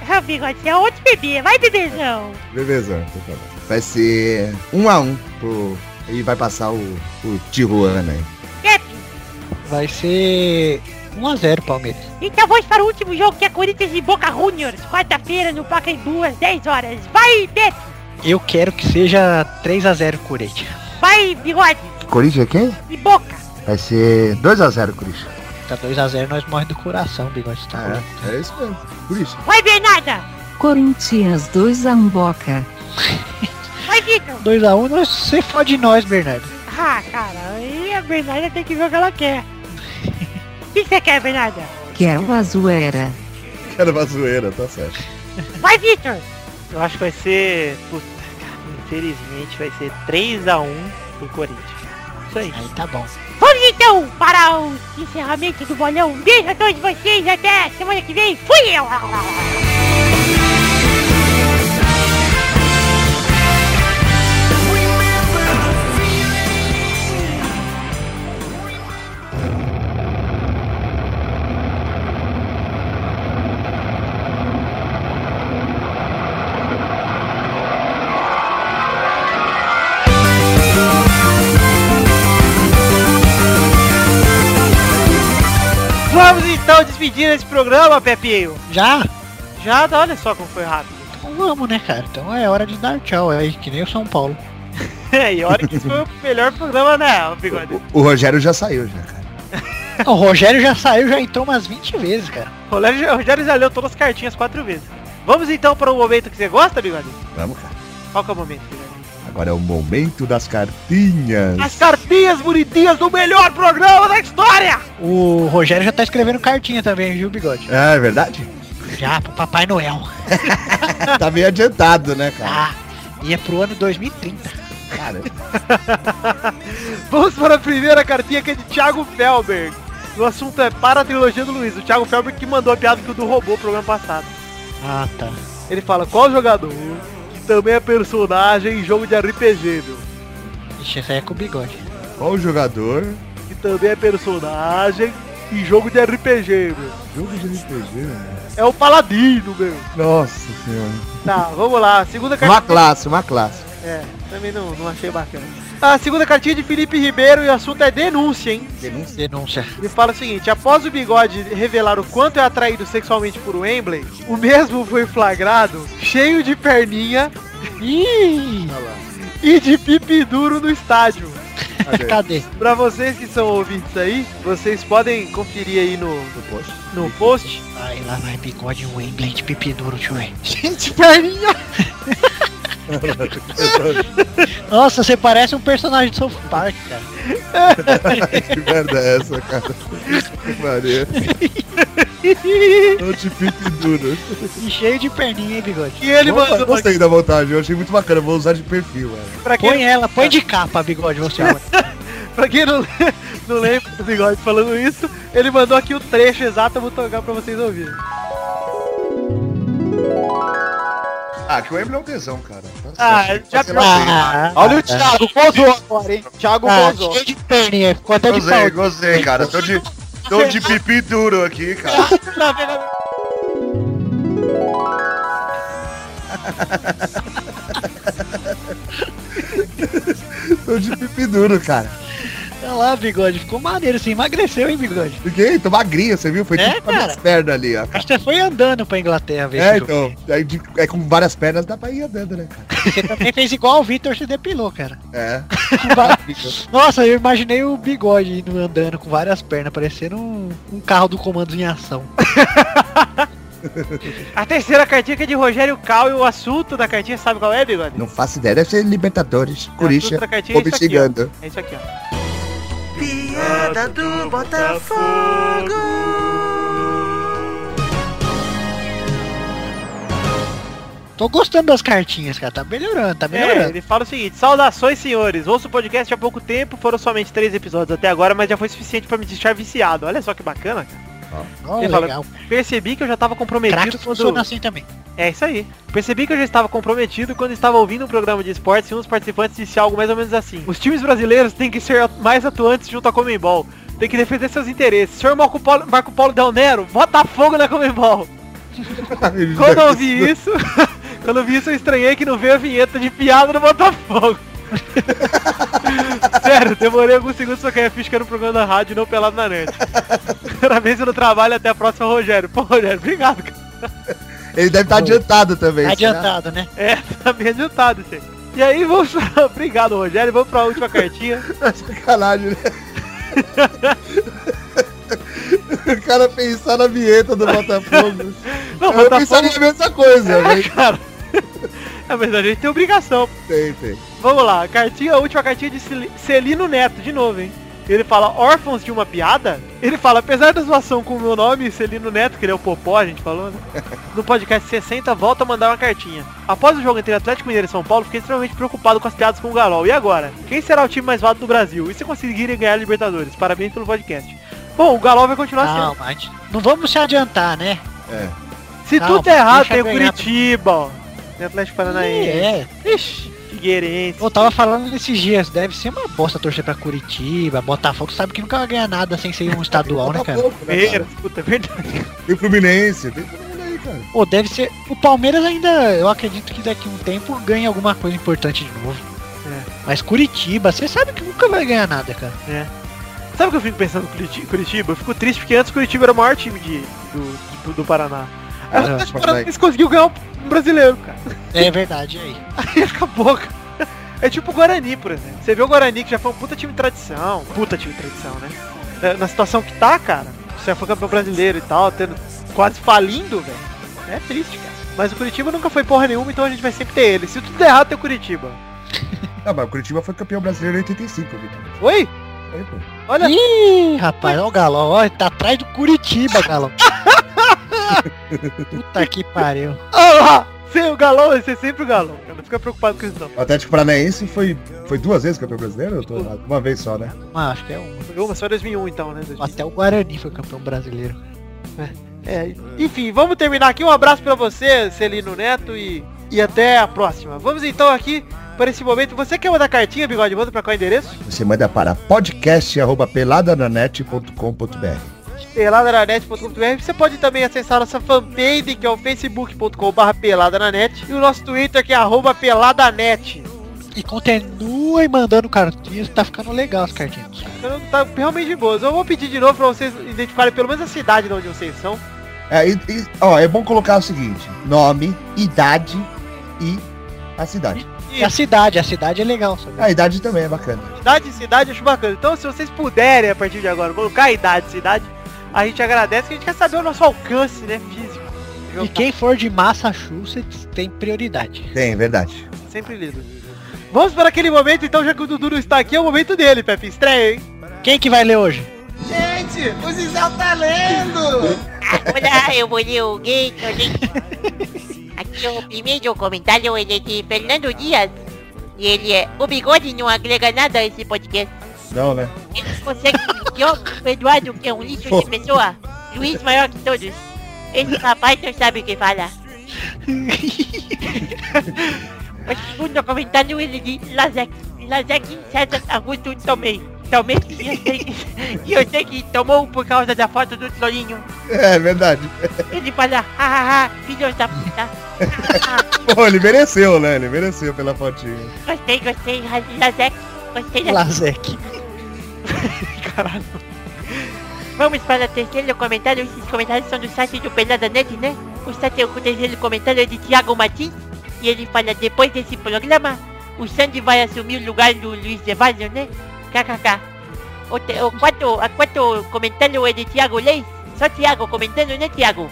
Ah, Bigode, você é outro bebê. Vai, bebezão. Beleza. então tá bom. Vai ser 1x1 pro... E vai passar o, o Tijuana aí. Pepe. Vai ser 1 a 0 Palmeiras. Então vamos para o último jogo, que é Corinthians e Boca Juniors. Quarta-feira, no Pacaembu, às 10 horas. Vai, Pepe. Eu quero que seja 3 a 0 Corinthians. Vai, Bigode. Corinthians é quem? E Boca. Vai ser 2x0 Corinthians. Tá 2 a 0 nós morre do coração, Bigode. Tá Ah, é? É isso mesmo. Corinthians. Vai, Bernarda! Corinthians 2 a 1 Boca. Vai, Vitor! 2 a 1 nós você fode nós, Bernardo. Ah, cara, aí a Bernarda tem que ver o que ela quer. O que você quer, Bernarda? Quer o Azuera. Era uma zoeira, tá certo. Vai, Vitor! Eu acho que vai ser. Puta, cara, infelizmente vai ser 3x1 pro Corinthians. Isso aí. Aí tá bom. Vamos então para o encerramento do bolão. Um beijo a todos vocês, até semana que vem. Fui eu! Vamos então despedir esse programa, Pepinho. Já? Já, olha só como foi rápido. Então vamos, né, cara? Então é hora de dar tchau. É que nem o São Paulo. e olha que esse foi o melhor programa, né, Bigode? O, o Rogério já saiu, já, cara. O Rogério já saiu, já entrou umas 20 vezes, cara. O Rogério já- o Rogério já leu todas as cartinhas quatro vezes. Vamos então para o momento que você gosta, Bigode? Vamos, cara. Qual que é o momento, Bigode? Agora é o momento das cartinhas. As cartinhas bonitinhas do melhor programa da história! O Rogério já tá escrevendo cartinha também, viu, Bigode? Ah, é verdade? Já, pro Papai Noel. Tá meio adiantado, né, cara? Ah, e é pro ano 2030. Ah, Cara, Vamos para a primeira cartinha que é de Thiago Felber. O assunto é para a trilogia do Luiz. O Thiago Felber que mandou a piada que o do robô no programa passado. Ah, tá. Ele fala, qual jogador que também é personagem em jogo de RPG, meu? Ixi, essa aí é com o Bigode. qual jogador? Que também é personagem em jogo de RPG, meu. Jogo de RPG, né? É o Paladino, meu. Nossa senhora. Tá, vamos lá. Segunda Uma cartinha. classe, uma classe. É, também não, não achei bacana. A segunda cartinha é de Felipe Ribeiro e o assunto é denúncia, hein? Denúncia. Denúncia. Ele fala o seguinte, após o bigode revelar o quanto é atraído sexualmente por Wembley, o mesmo foi flagrado cheio de perninha Ih, e de pipi duro no estádio. cadê? Pra vocês que são ouvintes aí, vocês podem conferir aí no, Poxa. no post. Vai lá, vai, Bigode, Wembley de pipi duro, tio. Wayne. Gente, perninha! Nossa, você parece um personagem do South Park, cara. Que merda é essa, cara? Que Maria. Não te pique duro. E cheio de perninha, hein, Bigode? E ele Opa, mandou Gostei da montagem, eu achei muito bacana. Vou usar de perfil, mano. pra quem, Põe ela, põe de capa, Bigode, você. pra quem não, não lembra do bigode falando isso, ele mandou aqui o trecho exato, eu vou tocar pra vocês ouvirem. Ah, Ah, que o Wembley é um tesão, cara. Tá Ah, certo, já sei lá, Olha o Thiago, gozou agora, hein? Thiago É. Ah, gozou. cheio de perninha, ficou até sei. é de Gozei, pau. gozei, cara. Tô de, tô de pipi duro aqui, cara. tô de pipi duro, cara. Olha lá, bigode, ficou maneiro, você emagreceu, hein, bigode? Fiquei, tô magrinho, você viu? Foi É, tipo com as cara. minhas pernas ali, ó. Acho que você foi andando pra Inglaterra ver É, esse jogo. então. Aí, de- aí com várias pernas dá pra ir andando, né, cara? Você também fez igual o Vitor, se depilou, cara. É. Com va- Nossa, eu imaginei o bigode indo andando com várias pernas, parecendo um, um carro do comandos em ação. A terceira cartinha que é de Rogério Cal e o assunto da cartinha sabe qual é, Bigode? Não faço ideia. Deve ser Libertadores, O Corinthians. assunto da cartinha Vou é me isso aqui, ó. xingando. É isso aqui, ó. Ah. Tô gostando das cartinhas, cara. Tá melhorando, tá né? É, melhorando. ele fala o seguinte, saudações senhores, ouço o podcast há pouco tempo, foram somente três episódios até agora, mas já foi suficiente pra me deixar viciado. Olha só que bacana, cara. Ó, ele fala- legal. Percebi que eu já tava comprometido Crack quando... funciona assim também. É isso aí. Percebi que eu já estava comprometido quando estava ouvindo um programa de esportes e um dos participantes disse algo mais ou menos assim. Os times brasileiros têm que ser mais atuantes junto à Comembol. Tem que defender seus interesses. Senhor Marco Paulo, Marco Paulo Del Nero, bota fogo na Comembol. Quando eu ouvi isso, quando eu vi isso, eu estranhei que não veio a vinheta de piada do Botafogo. Sério, demorei alguns segundos pra cair a ficha que era um programa da rádio e não pelado na net. Parabéns pelo trabalho, até a próxima, Rogério. Pô, Rogério, obrigado, cara. Ele deve estar adiantado também. Tá será? adiantado, né? É, tá bem adiantado isso aí. E aí, vamos... obrigado, Rogério. Vamos pra última cartinha. Sacanagem, né? o cara pensar na vinheta do Botafogo. Não, eu pensaria Botafogo... a mesma coisa, né? mas É, cara. É, mas a gente tem obrigação, tem, tem. Vamos lá, cartinha, a última cartinha de Celi- Celino Neto, de novo, hein? Ele fala órfãos de uma piada? Ele fala, apesar da zoação com o meu nome, Celino Neto, que ele é o Popó, a gente falou, né? No podcast 60, volta a mandar uma cartinha. Após o jogo entre Atlético Mineiro e São Paulo, fiquei extremamente preocupado com as piadas com o Galol. E agora? Quem será o time mais vado do Brasil? E se conseguirem ganhar a Libertadores? Parabéns pelo podcast. Bom, o Galol vai continuar Não, sendo. mas a gente- não vamos se adiantar, né? Se não, tudo é errado, deixa tem o ganhar. Curitiba, ó. Tem Atlético Paranaense, É. Ixi. Figueirense. Eu tava falando nesses dias, deve ser uma bosta torcer pra Curitiba, Botafogo, sabe que nunca vai ganhar nada sem ser um estadual, né, cara? Botafogo, né, cara? Palmeiras, puta, é verdade. Tem Fluminense, tem todo mundo aí, cara. Pô, deve ser. O Palmeiras ainda, eu acredito que daqui a um tempo ganha alguma coisa importante de novo. Mas Curitiba, você sabe que nunca vai ganhar nada, cara. Sabe o que eu fico pensando em Curiti- Curitiba? Eu fico triste porque antes Curitiba era o maior time de, do, do, do Paraná. Aí o Ah, Atlético mas Paranaense conseguiu ganhar um brasileiro, cara. É verdade aí. Aí acabou, cara. É tipo o Guarani, por exemplo. Você vê o Guarani que já foi um puta time de tradição. Puta time de tradição, né? É, Na situação que tá, cara, você foi campeão brasileiro e tal, tendo quase falindo, velho. É triste, cara. Mas o Curitiba nunca foi porra nenhuma, então a gente vai sempre ter ele. Se tudo der errado, tem o Curitiba. Ah, mas o Curitiba foi campeão brasileiro em 85, Vitor. Oi? Aí, pô. Olha Ih, rapaz, olha o Galão, ó, ele tá atrás do Curitiba, Galão. Puta que pariu. Olha lá! Sem o galão, esse é sempre o galão. cara. Não fica preocupado com isso não. O Atlético Paranaense foi, foi duas vezes campeão brasileiro? Eu tô errado. Uma vez só, né? Ah, acho que é um. Foi Uma só em 2001 então, né? 2000. Até o Guarani foi campeão brasileiro. É, enfim, vamos terminar aqui. Um abraço pra você, Celino Neto, e, e até a próxima. Vamos então aqui para esse momento. Você quer mandar cartinha, bigode? Manda pra qual endereço? Você manda para podcast.peladananet.com.br peladananet.com.br Você pode também acessar nossa fanpage, que é o facebook.com.br peladananet. E o nosso Twitter, que é arroba peladanet. E continuem mandando cartinhas, tá ficando legal as cartinhas. cara. Então, Tá realmente de boas. Eu vou pedir de novo pra vocês identificarem pelo menos a cidade de onde vocês são. É, e- e- ó, é bom colocar o seguinte: nome, idade e a cidade. E a cidade, a cidade é legal, sabe? A idade também é bacana. Idade, cidade, eu acho bacana. Então, se vocês puderem, a partir de agora, colocar a idade, cidade, a gente agradece, que a gente quer saber o nosso alcance, né, físico. E quem for de Massachusetts tem é prioridade. Tem, verdade. Sempre lido. Vamos para aquele momento, então, já que o Dudu não está aqui, é o momento dele, Pepe. Estreia, hein? Quem que vai ler hoje? Hola, eu vou ler o gay, tô lendo. Aqui é o primeiro comentário ele é de Fernando Dias. E ele é, o bigode não agrega nada a esse podcast. Não, né? Ele consegue pior que o Eduardo, que é um lixo de pessoa. Luiz maior que todos. Esse rapaz não sabe o que fala. O segundo comentário ele diz Lazek. Lazek César Augusto tá Tomei. Tomei que eu sei que, que eu sei que tomou por causa da foto do Torinho. É verdade. Ele fala, hahaha, filhos da puta. Pô, ele mereceu, né? Ele mereceu pela fotinha. Gostei, gostei, Lazek. Gostei da Lazek. Vamos para o terceiro comentário. Esses comentários são do site do Pelada Net, né? O site, o terceiro comentário é de Thiago Martins. E ele fala, depois desse programa, o Sandy vai assumir o lugar do Luiz Evasio, né? KKK. O, te- o quarto, a quarto comentário é de Thiago Leis. Só Thiago comentando, né, Thiago?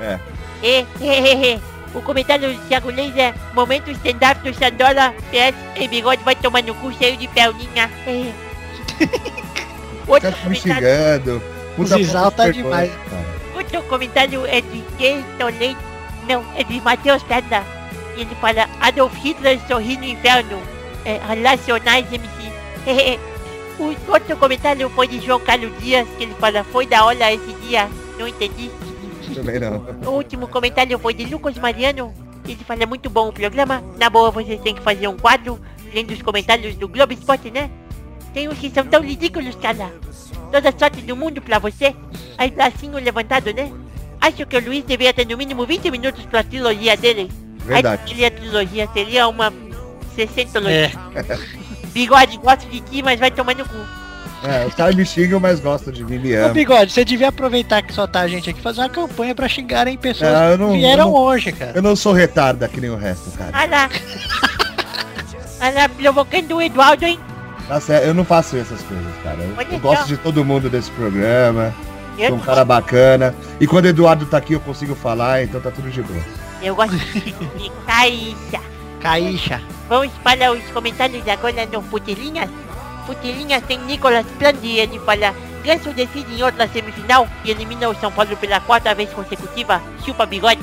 É. E, é. O comentário do Thiago Leis é Momento stand-up do Sandola PS e bigode vai tomar no cu cheio de perninha. É. Tá Outro me comentário xingando. Puta Zizal foto tá vergonha, demais. cara. Outro comentário é de Gator Leite. Não, é de Matheus Perna. E ele fala Adolf Hitler sorri no inferno. É, relacionais MC. é. o outro comentário foi de João Carlos Dias, que ele fala, foi da hora esse dia. Não entendi. Também não. O último comentário foi de Lucas Mariano. Ele fala "É muito bom o programa. Na boa, vocês têm que fazer um quadro lendo os comentários do Globo Esporte, né? Tem uns que são tão ridículos, cara. Toda a sorte do mundo pra você. Aí bracinho levantado, né? Acho que o Luiz deveria ter no mínimo 20 minutos pra trilogia dele. Verdade. Aí seria trilogia, seria uma 60 Bigode, gosto de ti, mas vai tomar no cu. É, os caras me xingam, mas gostam de mim, me Ô amam. Bigode, você devia aproveitar que só tá a gente aqui e fazer uma campanha pra xingarem pessoas Ah, eu não- que vieram eu não- hoje, cara. Eu não sou retarda que nem o resto, cara. Olha lá. Olha lá, provocando o Eduardo, hein? Tá certo, eu não faço essas coisas, cara. Eu, Olha eu gosto só. de todo mundo desse programa. Eu, Sou um cara bacana. E quando o Eduardo tá aqui, eu consigo falar, então tá tudo de boa. eu gosto de, de caixa. Caixa. Vamos para os comentários agora no Futilinhas. Futilinhas tem Nicolas Plandi, ele fala Ganso decide em outra semifinal e elimina o São Paulo pela quarta vez consecutiva, chupa bigode.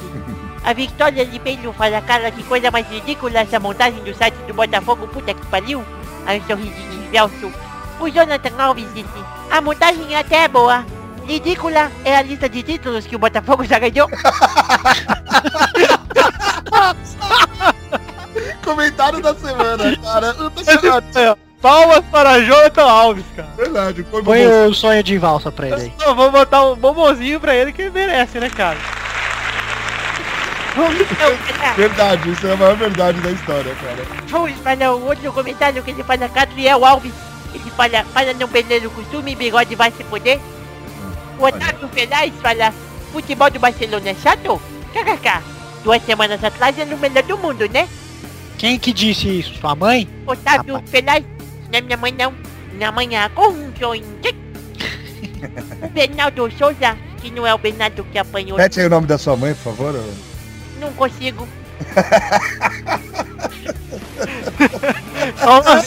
A Vitória Ribeiro fala, cara, que coisa mais ridícula essa montagem do site do Botafogo, puta que pariu. Aí um sorrisinho de Velso. O Jonathan Alves disse, a montagem até é boa. Ridícula é a lista de títulos que o Botafogo já ganhou. Comentário da semana, cara. Eu tô Esse foi, tá ó, Palmas para Jonathan Alves, cara. Verdade, foi Põe o sonho de valsa pra ele aí. Não, vamos botar um bombonzinho pra ele que ele merece, né, cara? Então, cara, Verdade, isso é a maior verdade da história, cara. Vamos para o um outro comentário que ele fala, Catriel Alves. Ele fala, para não perder o costume, bigode vai se poder. O Otávio Ferraz fala, futebol do Barcelona é chato? KKK. Duas semanas atrás era o melhor do mundo, né? Quem que disse isso? Sua mãe? Otávio Rapaz. Ferraz, não é minha mãe não. Minha mãe é a conjointe. o Bernardo Souza, que não é o Bernardo que apanhou, Repete aí o nome da sua mãe, por favor. ô. não consigo. Só uma-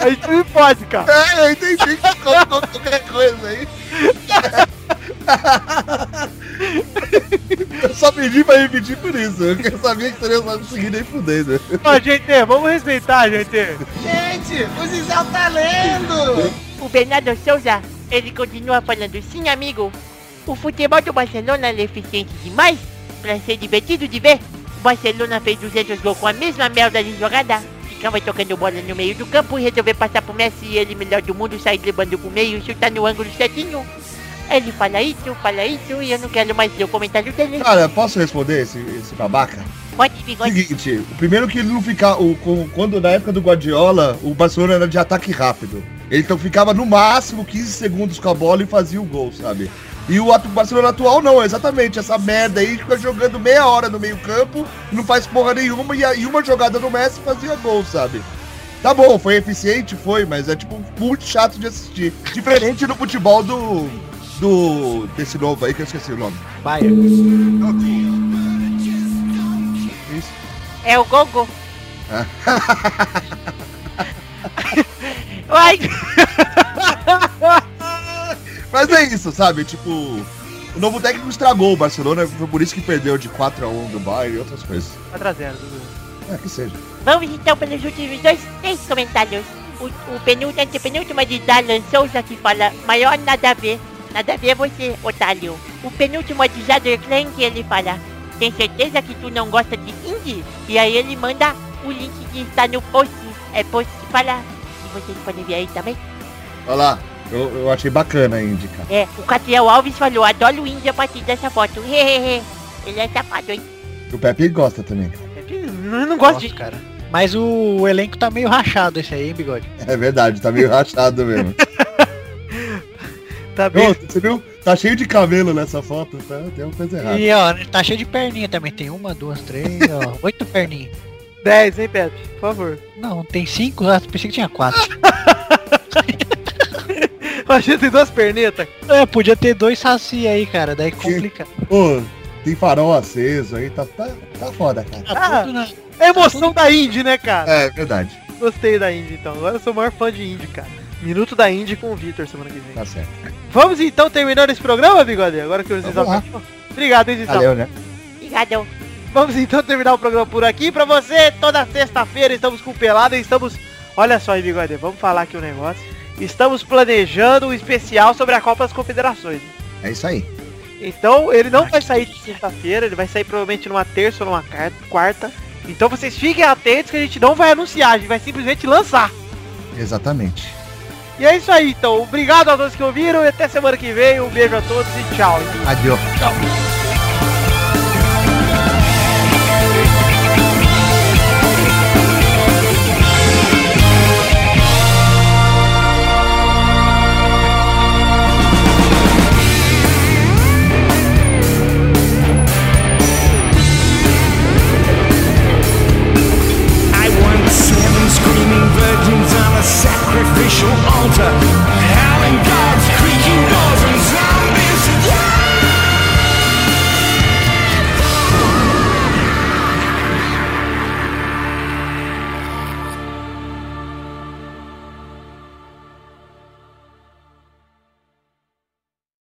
Aí tu me pode, cara. É, eu entendi que colocou qualquer coisa aí. Eu só pedi pra repetir por isso. Eu sabia que seria só conseguir nem fudendo. Ó, gente, vamos respeitar, gente. O Bernardo Souza, ele continua falando, sim amigo, o futebol do Barcelona é eficiente demais pra ser divertido de ver. O Barcelona fez 200 gols com a mesma merda de jogada, ficava tocando bola no meio do campo e resolveu passar pro Messi e ele, melhor do mundo, sair driblando pro meio e chutar no ângulo certinho. Ele fala isso, fala isso e eu não quero mais ler o comentário dele. Cara, posso responder esse, esse babaca? Pode bigode. Seguinte, É o primeiro que ele não ficava. O, com- quando na época do Guardiola, o Barcelona era de ataque rápido. Ele então ficava no máximo 15 segundos com a bola e fazia o gol, sabe? E o atu- Barcelona atual não, exatamente. Essa merda aí fica jogando meia hora no meio-campo, não faz porra nenhuma, e, a- e uma jogada no Messi fazia gol, sabe? Tá bom, foi eficiente, foi, mas é tipo muito chato de assistir. Diferente do futebol do. do. desse novo aí que eu esqueci o nome. Vai. É o Gogo. Ah. Ai, Mas é isso, sabe? Tipo, o novo técnico estragou o Barcelona, foi por isso que perdeu de 4 a 1 do Bayern e outras coisas. 4x0, É que seja. Vamos então pelos últimos dois, três comentários. O, o penúltimo, antepenúltimo é de Dalan Souza que fala, maior nada a ver. Nada a ver é você, otário. o penúltimo é de Jader Clank e ele fala, tem certeza que tu não gosta de indie? E aí ele manda o link que está no post, é post que fala, e vocês podem ver aí também. Olha lá. Eu, eu achei bacana a Indy, cara. É, o Catriel Alves falou, adoro o indie a partir dessa foto, hehehe, ele é safado, hein? O Pepe gosta também. cara. Eu não gosto de... cara. Mas o elenco tá meio rachado esse aí, hein, bigode? É verdade, tá meio rachado mesmo. Tá bem. Ô, você viu? Tá cheio de cabelo nessa foto, tá? Tem uma coisa errada. E ó, tá cheio de perninha também. Tem uma, duas, três, ó. Oito perninhas. 10, hein, Pepe? Por favor. Não, tem cinco, ah, pensei que tinha quatro. Imagina, tem duas pernetas. é, podia ter dois saci aí, cara. Daí complica. Ô, tem farol aceso aí, tá, tá, tá foda, cara. Tá tudo na- É a emoção da Indy, né, cara? É verdade. Gostei da Indy, então. Agora eu sou o maior fã de Indy, cara. Minuto da Indy com o Vitor semana que vem. Tá certo. Vamos então terminar esse programa, Bigode? Agora que o Zizal Vamos lá. acabou. Obrigado, hein, Zizal. Valeu, né? Obrigado. Vamos então terminar o programa por aqui. Pra você, toda sexta-feira estamos com Pelada e estamos... Olha só, hein, Bigode, vamos falar aqui um negócio. Estamos planejando um especial sobre a Copa das Confederações. É isso aí. Então ele não vai sair de sexta-feira, ele vai sair provavelmente numa terça ou numa car- quarta. Então vocês fiquem atentos que a gente não vai anunciar, a gente vai simplesmente lançar. Exatamente. E é isso aí, então. Obrigado a todos que ouviram e até semana que vem. Um beijo a todos e tchau. Adiós. Tchau.